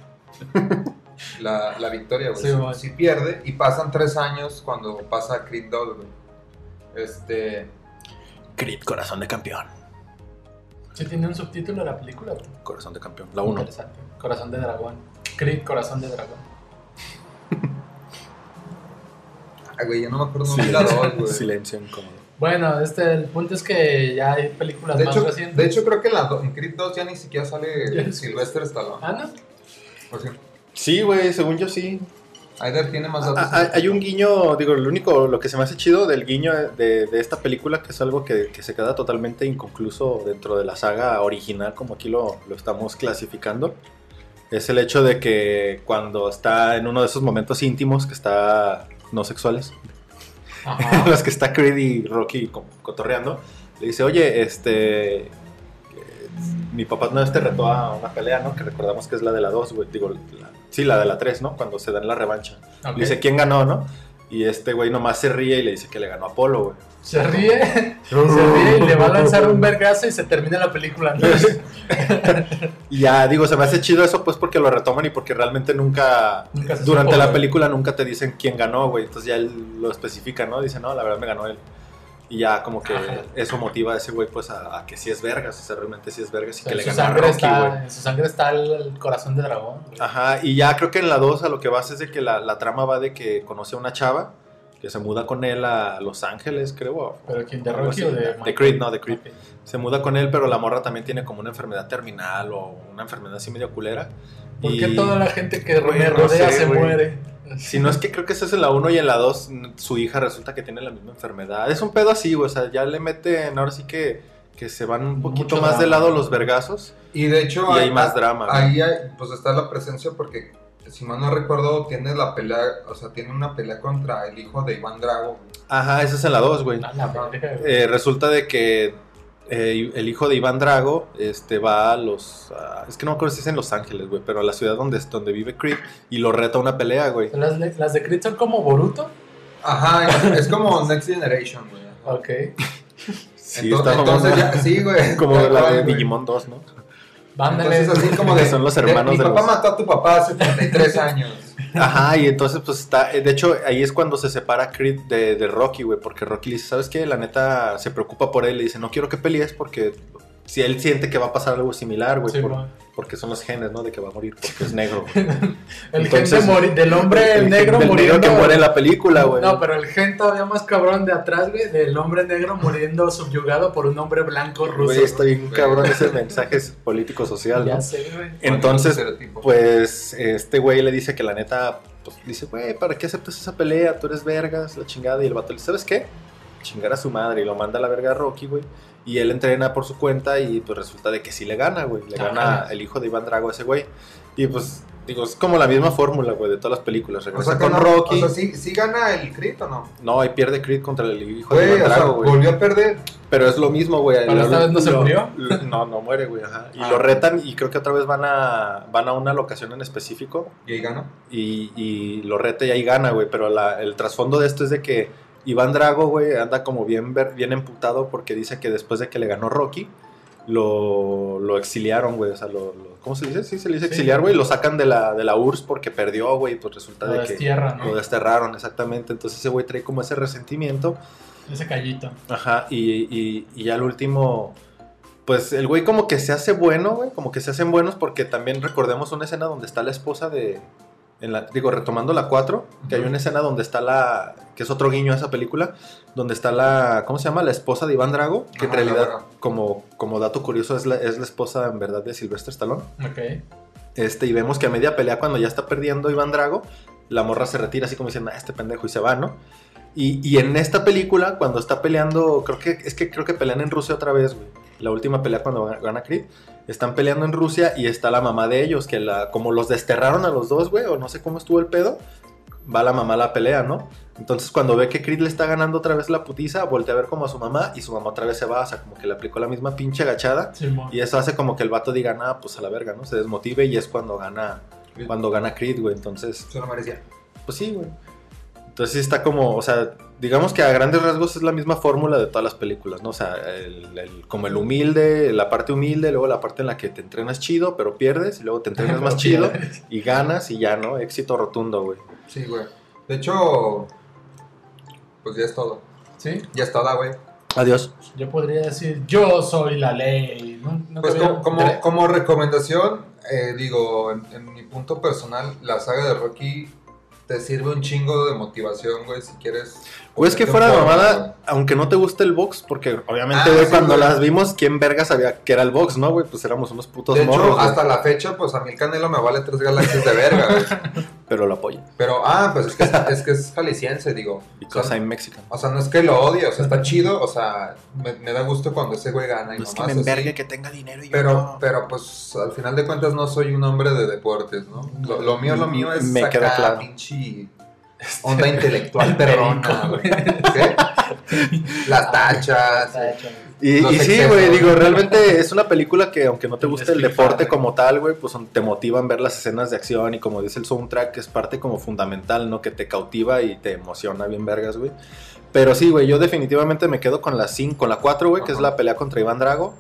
Speaker 1: La, la victoria, güey.
Speaker 2: Sí, güey.
Speaker 1: Sí pierde y pasan tres años cuando pasa Creed 2, güey. Este.
Speaker 3: Crit, corazón de campeón.
Speaker 2: Sí, tiene un subtítulo la película, güey.
Speaker 3: Corazón de campeón, la 1.
Speaker 2: Interesante. Corazón de dragón. Creed, corazón de dragón.
Speaker 1: Ay, güey, ya no me acuerdo no vi la dos, güey.
Speaker 3: Silencio incómodo.
Speaker 2: Bueno, este, el punto es que ya hay películas
Speaker 1: De
Speaker 2: más
Speaker 1: hecho,
Speaker 2: recientes.
Speaker 1: de hecho, creo que en, la do- en Creed 2 ya ni siquiera sale
Speaker 2: Yes.
Speaker 1: Sylvester Stallone.
Speaker 2: Ah, no.
Speaker 1: Por cierto,
Speaker 3: Sí, güey, según yo sí.
Speaker 1: Aider tiene más datos.
Speaker 3: Ah, ah, hay un guiño, digo, lo único, lo que se me hace chido del guiño de, de esta película, que es algo que, que se queda totalmente inconcluso dentro de la saga original, como aquí lo, lo estamos clasificando, es el hecho de que cuando está en uno de esos momentos íntimos, que está no sexuales, en
Speaker 2: Ajá.
Speaker 3: los que está Creed y Rocky como cotorreando, le dice, oye, este... que Mi papá no te retó a una pelea, ¿no? Que recordamos que es la de la 2, güey. Digo, la- sí, la de la 3, ¿no? Cuando se dan la revancha.
Speaker 2: Ok.
Speaker 3: Dice quién ganó, ¿no? Y este güey nomás se ríe y le dice que le ganó a Polo, güey.
Speaker 2: Se ríe, se ríe y le va a lanzar un vergazo y se termina la película. ¿no?
Speaker 3: Y ya digo, se me hace chido eso pues porque lo retoman y porque realmente nunca,
Speaker 2: Nunca se
Speaker 3: durante
Speaker 2: supo,
Speaker 3: la
Speaker 2: güey.
Speaker 3: película nunca te dicen quién ganó, güey. Entonces ya él lo especifica, ¿no? Dice, no, la verdad me ganó él. Y ya como que
Speaker 2: Ajá.
Speaker 3: eso motiva a ese güey pues a, a que sí es vergas, o sea, realmente sí es vergas y
Speaker 2: O sea,
Speaker 3: que le
Speaker 2: en, su
Speaker 3: ganó a
Speaker 2: sangre
Speaker 3: Rocky, güey.
Speaker 2: está, en su sangre está el, el corazón de dragón. güey.
Speaker 3: Ajá, y ya creo que en la 2 a lo que vas es de que la, la trama va de que conoce a una chava que se muda con él a Los Ángeles, creo. o-
Speaker 2: Pero quién de
Speaker 3: algo
Speaker 2: Rocky
Speaker 3: así.
Speaker 2: o de
Speaker 3: De Creed, no, de Creed. Se muda con él, pero la morra también tiene como una enfermedad terminal o una enfermedad así medio culera.
Speaker 2: ¿Por
Speaker 3: Y-
Speaker 2: qué toda la gente que
Speaker 3: Güey,
Speaker 2: me
Speaker 3: no
Speaker 2: rodea
Speaker 3: sé,
Speaker 2: se
Speaker 3: güey.
Speaker 2: muere?
Speaker 3: Si no es que creo que esa es en la 1 y en la 2 su hija resulta que tiene la misma enfermedad. Es un pedo así, güey, o sea, ya le meten, ahora sí que, que se van un poquito
Speaker 2: Mucho
Speaker 3: más de
Speaker 2: drama.
Speaker 3: lado los vergazos
Speaker 1: Y de hecho,
Speaker 3: y hay
Speaker 1: ahí-
Speaker 3: más drama. güey.
Speaker 1: Ahí hay- pues está la presencia porque, si mal no recuerdo, tiene la pelea, o sea, tiene una pelea contra el hijo de Iván Drago.
Speaker 3: Ajá, esa es en la 2, güey.
Speaker 2: A Ah, la verga, güey.
Speaker 3: Eh, resulta de que eh, el hijo de Iván Drago este, va a los... a- es que no me acuerdo si es en Los Ángeles, güey, pero a la ciudad donde, donde vive Creed y lo reta a una pelea, güey.
Speaker 2: Las, de- las de Creed son como Boruto.
Speaker 1: Ajá, es, es como Next Generation, güey. ajá.
Speaker 2: Ok.
Speaker 3: Sí,
Speaker 1: Ento-
Speaker 3: está como,
Speaker 1: entonces ya, sí, güey.
Speaker 3: como
Speaker 1: tal
Speaker 3: la
Speaker 1: cual,
Speaker 3: de
Speaker 1: güey.
Speaker 3: Digimon 2, ¿no?
Speaker 2: Vándale.
Speaker 1: Entonces así como de...
Speaker 3: Son los
Speaker 1: de,
Speaker 3: hermanos
Speaker 1: Mi
Speaker 3: de
Speaker 1: papá
Speaker 3: los-
Speaker 1: mató a tu papá hace 33 años.
Speaker 3: Ajá, y entonces pues está, eh, de hecho ahí es cuando se separa Creed de, de Rocky, güey, porque Rocky le dice, ¿sabes qué? La neta se preocupa por él, le dice, no quiero que pelees porque si él siente que va a pasar algo similar, güey,
Speaker 2: Sí,
Speaker 3: por-
Speaker 2: güey.
Speaker 3: porque son los genes, ¿no? De que va a morir porque es negro. güey.
Speaker 2: El
Speaker 3: Entonces-
Speaker 2: gen de mori- del hombre
Speaker 3: El gen
Speaker 2: negro
Speaker 3: del
Speaker 2: muriendo.
Speaker 3: que muere en la película, güey.
Speaker 2: No, pero el gen todavía más cabrón de atrás, güey, del hombre negro muriendo subyugado por un hombre blanco ruso.
Speaker 3: Güey, está bien
Speaker 1: güey.
Speaker 3: cabrón ese mensaje político-social,
Speaker 2: Ya
Speaker 3: ¿no?
Speaker 2: sé, güey.
Speaker 3: Entonces,
Speaker 1: Estereotipo.
Speaker 3: pues este güey le dice que la neta, pues dice, güey, ¿para qué aceptas esa pelea? Tú eres vergas, la chingada. Y el vato le dice, ¿sabes qué? Chingar a su madre y lo manda a la verga a Rocky, güey. Y él entrena por su cuenta y pues resulta de que sí le gana, güey. Le
Speaker 2: Ajá.
Speaker 3: gana el hijo de Iván Drago a ese güey. Y pues, digo, es como la misma fórmula, güey, de todas las películas.
Speaker 1: O
Speaker 3: Regresa
Speaker 1: sea, que
Speaker 3: con
Speaker 1: no,
Speaker 3: Rocky.
Speaker 1: o sea, ¿sí, sí gana el crit o no?
Speaker 3: No, ahí pierde Creed contra el hijo de
Speaker 1: Güey,
Speaker 3: Iván
Speaker 1: o sea,
Speaker 3: Drago, güey.
Speaker 1: volvió a perder.
Speaker 3: Pero es lo mismo, güey.
Speaker 2: Pero
Speaker 3: Lo-
Speaker 2: esta vez no se
Speaker 3: lo-
Speaker 2: murió.
Speaker 3: lo- no, no muere, güey. Ajá. Y
Speaker 1: Ah.
Speaker 3: lo retan y creo que otra vez van a, van a una locación en específico
Speaker 1: Y ahí gana.
Speaker 3: y, y lo reta y ahí gana, güey. Pero la- el trasfondo de esto es de que Iván Drago, güey, anda como bien, ver- bien emputado porque dice que después de que le ganó Rocky, lo, lo exiliaron, güey. O sea, lo, lo- ¿cómo se dice? Sí, se le dice
Speaker 2: Sí.
Speaker 3: exiliar, güey. Lo sacan de la, de la URSS porque perdió, güey. Pues resulta
Speaker 2: Lo
Speaker 3: de que
Speaker 2: destierra,
Speaker 3: lo
Speaker 2: ¿no?
Speaker 3: desterraron, exactamente. Entonces ese güey trae como ese resentimiento.
Speaker 2: Ese callito.
Speaker 3: Ajá, y, y, y ya el último, pues el güey como que se hace bueno, güey, como que se hacen buenos porque también recordemos una escena donde está la esposa de, en la, digo, retomando la 4, que hay
Speaker 1: Ujú.
Speaker 3: una escena donde está la, que es otro guiño a esa película, donde está la, ¿cómo se llama? La esposa de Iván Drago, que en
Speaker 1: Ajá, la
Speaker 3: realidad,
Speaker 1: Drago.
Speaker 3: como, como dato curioso, es la, es la esposa en verdad de Sylvester Stallone.
Speaker 2: Ok.
Speaker 3: Este, y vemos que a media pelea, cuando ya está perdiendo Iván Drago, la morra se retira así como diciendo, "Ah, este pendejo, y se va, ¿no? Y, y en esta película, cuando está peleando, creo que es que creo que pelean en Rusia otra vez, güey. La última pelea cuando gana- gana Creed, están peleando en Rusia y está la mamá de ellos, que la, como los desterraron a los dos, güey, o no sé cómo estuvo el pedo, va la mamá a la pelea, ¿no? Entonces cuando ve que Creed le está ganando otra vez la putiza, voltea a ver como a su mamá y su mamá otra vez se va, o sea, como que le aplicó la misma pinche agachada.
Speaker 2: Simón.
Speaker 3: Y eso hace como que el vato diga, nada, pues a la verga, ¿no? Se desmotive y es cuando gana, cuando gana Creed, güey. Entonces,
Speaker 1: Se lo merecía.
Speaker 3: pues sí, güey. Entonces sí está como, o sea, digamos que a grandes rasgos es la misma fórmula de todas las películas, ¿no? O sea, el- el- como el humilde, la parte humilde, luego la parte en la que te entrenas chido, pero pierdes, y luego te entrenas más chido y ganas y ya, ¿no? Éxito rotundo, güey.
Speaker 1: Sí, güey. De hecho, pues ya es todo.
Speaker 2: Sí,
Speaker 1: Ya es toda, güey.
Speaker 3: Adiós.
Speaker 2: yo podría decir, yo soy la ley. ¿no? Nunca
Speaker 1: Pues
Speaker 2: había-
Speaker 1: como, como, como recomendación, eh, digo, en, en mi punto personal, la saga de Rocky te sirve un chingo de motivación, güey, si quieres.
Speaker 3: O es que
Speaker 1: ponerte
Speaker 3: fuera de
Speaker 1: un porro,
Speaker 3: mamada, aunque no te guste el box, porque obviamente,
Speaker 1: Ah,
Speaker 3: güey,
Speaker 1: sí,
Speaker 3: cuando
Speaker 1: güey.
Speaker 3: las vimos, ¿quién verga sabía que era el box, no, güey? Pues éramos unos putos
Speaker 1: güey. De hecho,
Speaker 3: morros, güey,
Speaker 1: hasta la fecha, pues a mí el Canelo me vale tres galaxias de verga, güey.
Speaker 3: pero lo apoyo.
Speaker 1: Pero, ah, pues es que es, es que es jalisciense, digo.
Speaker 3: Because
Speaker 1: Son-
Speaker 3: I'm Mexican.
Speaker 1: O sea, no es que lo odie, o sea, está chido, o sea, me, me da gusto cuando ese güey gana y
Speaker 3: No es que
Speaker 1: mamás
Speaker 3: me
Speaker 1: así.
Speaker 3: envergue que tenga dinero y yo
Speaker 1: Pero,
Speaker 3: no.
Speaker 1: pero pues al final de cuentas no soy un hombre de deportes, ¿no? Lo, lo mío, lo mío es
Speaker 3: Me
Speaker 1: sacar
Speaker 3: queda claro. Este,
Speaker 1: pinche onda intelectual perrona, güey. ¿Qué? Las tachas.
Speaker 2: Está hecho.
Speaker 3: Y,
Speaker 1: Los
Speaker 3: y sí,
Speaker 1: excesos.
Speaker 3: güey, digo, realmente es una película que aunque no te
Speaker 2: Y
Speaker 3: guste el
Speaker 2: es que
Speaker 3: deporte
Speaker 2: padre.
Speaker 3: como tal, güey, pues te motivan ver las escenas de acción y como dice el soundtrack, es parte como fundamental, ¿no? Que te cautiva y te emociona bien vergas, güey. Pero sí, güey, yo definitivamente me quedo con la 5, con la 4, güey, que es
Speaker 1: Ajá.
Speaker 3: la pelea contra Iván Drago.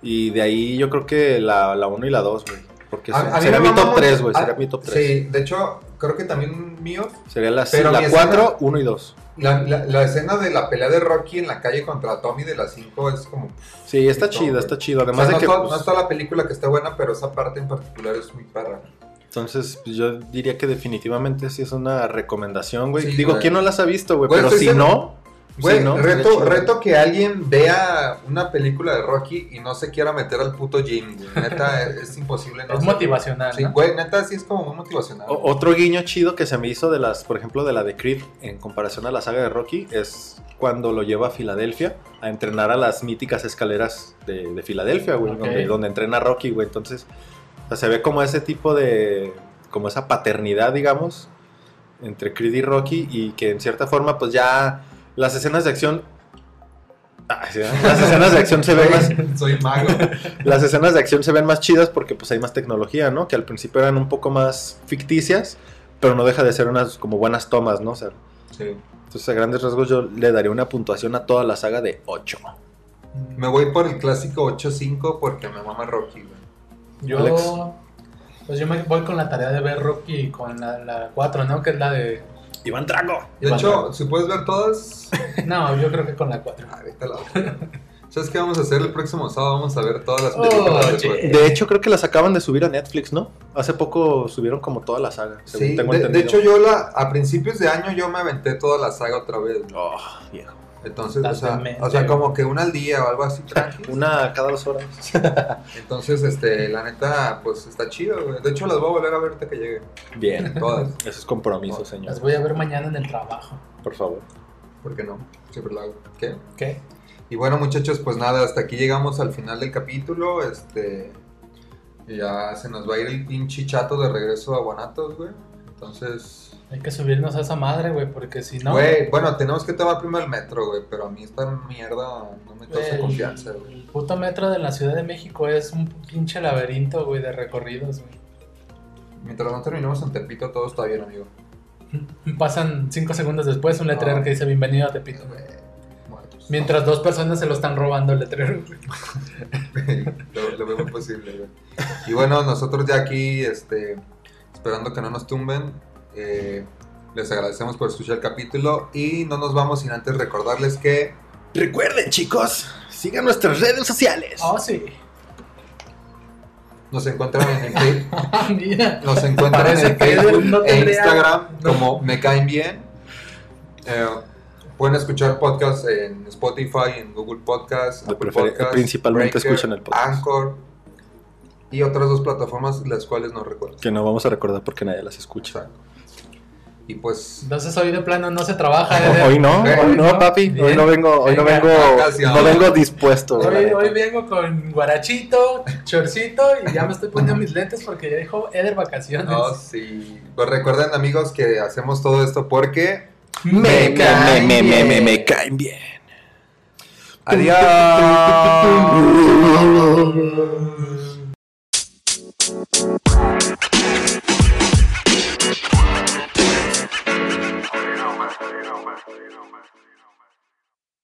Speaker 3: Y de ahí yo creo que la 1 y la 2, güey. Porque
Speaker 1: A-
Speaker 3: se-
Speaker 1: a mí
Speaker 3: sería
Speaker 1: me
Speaker 3: mi
Speaker 1: mama
Speaker 3: top 3, güey,
Speaker 1: mucho-
Speaker 3: sería
Speaker 1: a-
Speaker 3: mi top 3.
Speaker 1: Sí, de hecho, creo que también mío.
Speaker 3: Sería la,
Speaker 1: Pero mi
Speaker 3: la
Speaker 1: escena-
Speaker 3: 4, 1 y 2.
Speaker 1: La, la- la escena de la pelea de Rocky en la calle contra Tommy de las 5 es como.
Speaker 3: Sí, está
Speaker 1: Sí,
Speaker 3: chido,
Speaker 1: güey.
Speaker 3: está chido. Además
Speaker 1: o sea,
Speaker 3: de que...
Speaker 1: no, es
Speaker 3: pues,
Speaker 1: no está la película que está buena, pero esa parte en particular es muy perra.
Speaker 3: Entonces, pues, yo diría que definitivamente sí es una recomendación, güey.
Speaker 1: Sí,
Speaker 3: Digo,
Speaker 1: güey.
Speaker 3: ¿quién no las ha visto, güey?
Speaker 1: Güey,
Speaker 3: Pero
Speaker 1: estoy
Speaker 3: si
Speaker 1: seguro.
Speaker 3: no,
Speaker 1: Güey,
Speaker 3: si no, estaría
Speaker 1: reto,
Speaker 3: chido.
Speaker 1: reto que alguien vea una película de Rocky y no se quiera meter al puto gym, güey. Neta, es, es imposible. No
Speaker 2: Es
Speaker 1: sé.
Speaker 2: motivacional.
Speaker 1: Sí,
Speaker 2: ¿no?
Speaker 1: güey, neta, sí es como muy motivacional.
Speaker 3: O- otro guiño chido que se me hizo de las, por ejemplo, de la de Creed en comparación a la saga de Rocky es cuando lo lleva a Filadelfia a entrenar a las míticas escaleras de, de Filadelfia, güey,
Speaker 2: Ok.
Speaker 3: donde, donde entrena Rocky, güey. Entonces, o sea, se ve como ese tipo de, como esa paternidad, digamos, entre Creed y Rocky y que en cierta forma, pues ya las escenas de acción... Ah, sí, ¿eh? las escenas de acción se ven más,
Speaker 1: Soy mago.
Speaker 3: las escenas de acción se ven más chidas porque pues hay más tecnología, ¿no? Que al principio eran un poco más ficticias, pero no deja de ser unas como buenas tomas, ¿no? O sea,
Speaker 1: Sí.
Speaker 3: entonces a grandes rasgos yo le daría una puntuación a toda la saga de 8.
Speaker 2: Mm,
Speaker 1: Me voy por el clásico 8-5 porque me mama Rocky, güey.
Speaker 2: Yo,
Speaker 3: Alex.
Speaker 2: pues yo me voy con la tarea de ver Rocky con la, la 4, ¿no? Que es la de...
Speaker 3: Iván Drago.
Speaker 1: De
Speaker 2: Vale.
Speaker 1: hecho, si puedes ver todas,
Speaker 2: No, yo creo que con la 4.
Speaker 1: ah, vete a la otra. ¿Sabes qué vamos a hacer el próximo sábado? Vamos a ver todas las
Speaker 2: Oh,
Speaker 1: películas de
Speaker 2: che.
Speaker 1: Rocky.
Speaker 3: De hecho creo que las acaban de subir a Netflix, ¿no? Hace poco subieron como toda la saga, según
Speaker 1: Sí,
Speaker 3: tengo
Speaker 1: de, de
Speaker 3: entendido.
Speaker 1: hecho yo la, a principios de año yo me aventé toda la saga otra vez. güey.
Speaker 3: Oh, viejo.
Speaker 1: Entonces, o sea,
Speaker 2: Totalmente.
Speaker 1: o sea, como que una al día o algo así. tranqui.
Speaker 3: Una cada dos horas.
Speaker 1: Entonces, este, la neta, pues está chido, güey. De hecho, las voy a volver a ver hasta que llegue.
Speaker 3: Bien.
Speaker 1: Todas,
Speaker 3: Eso es
Speaker 1: Oh.
Speaker 3: compromiso, señor.
Speaker 2: Las voy a ver mañana en el trabajo.
Speaker 3: Por favor.
Speaker 1: ¿por qué no? Siempre lo hago. ¿Qué?
Speaker 2: ¿Qué?
Speaker 1: Y bueno, muchachos, pues nada, hasta aquí llegamos al final del capítulo. Este. Ya se nos va a ir el pinche chato de regreso a Guanatos, güey. Entonces.
Speaker 2: Hay que subirnos a esa madre, güey, porque si no...
Speaker 1: Güey, bueno, tenemos que tomar primero el metro, güey. Pero a mí esta mierda no me
Speaker 2: güey,
Speaker 1: causa confianza, güey.
Speaker 2: el puto metro de la Ciudad de México es un pinche laberinto, güey, de recorridos, güey.
Speaker 1: Mientras no terminemos en Tepito, todo está bien, amigo.
Speaker 2: Pasan 5 segundos después un
Speaker 1: No.
Speaker 2: letrero que dice bienvenido a Tepito.
Speaker 1: Güey, muertos.
Speaker 2: Mientras dos personas se lo están robando el letrero. güey.
Speaker 1: lo, lo veo muy posible, güey. Y bueno, nosotros ya aquí, este, esperando que no nos tumben, eh, les agradecemos por escuchar el capítulo y no nos vamos sin antes recordarles que
Speaker 3: Recuerden, chicos, sigan nuestras redes sociales.
Speaker 1: Ah,
Speaker 2: Oh, sí.
Speaker 1: nos encuentran en, Fe-
Speaker 2: Ah, mira.
Speaker 1: nos encuentran
Speaker 2: Parece
Speaker 1: en
Speaker 2: que
Speaker 1: Facebook
Speaker 2: no
Speaker 1: e
Speaker 2: tendría-
Speaker 1: Instagram como Me Caen Bien. Eh, pueden escuchar podcasts en Spotify, en Google Podcasts,
Speaker 3: De
Speaker 1: Apple
Speaker 3: prefer-
Speaker 1: Podcasts,
Speaker 3: principalmente
Speaker 1: Breaker,
Speaker 3: escuchan el podcast.
Speaker 1: Anchor y otras dos plataformas las cuales no recuerdo.
Speaker 3: Que no vamos a recordar porque nadie las escucha.
Speaker 1: Exacto. Y pues
Speaker 2: Entonces hoy de plano no se trabaja. eh.
Speaker 3: Hoy no,
Speaker 1: Güey,
Speaker 3: hoy no, papi. Hoy
Speaker 2: Bien.
Speaker 3: no vengo, hoy no
Speaker 2: Venga,
Speaker 3: vengo,
Speaker 1: casi,
Speaker 3: no
Speaker 1: vamos.
Speaker 3: vengo dispuesto. güey, la
Speaker 2: Hoy,
Speaker 3: neta.
Speaker 2: hoy vengo con guarachito, chorcito y ya me estoy poniendo mis lentes porque ya dijo Eder vacaciones.
Speaker 1: No, sí. Pues recuerden, amigos, que hacemos todo esto porque.
Speaker 3: Me,
Speaker 1: caen
Speaker 3: me, me, me, me,
Speaker 1: bien.
Speaker 3: me caen bien. Uh.
Speaker 1: Adiós.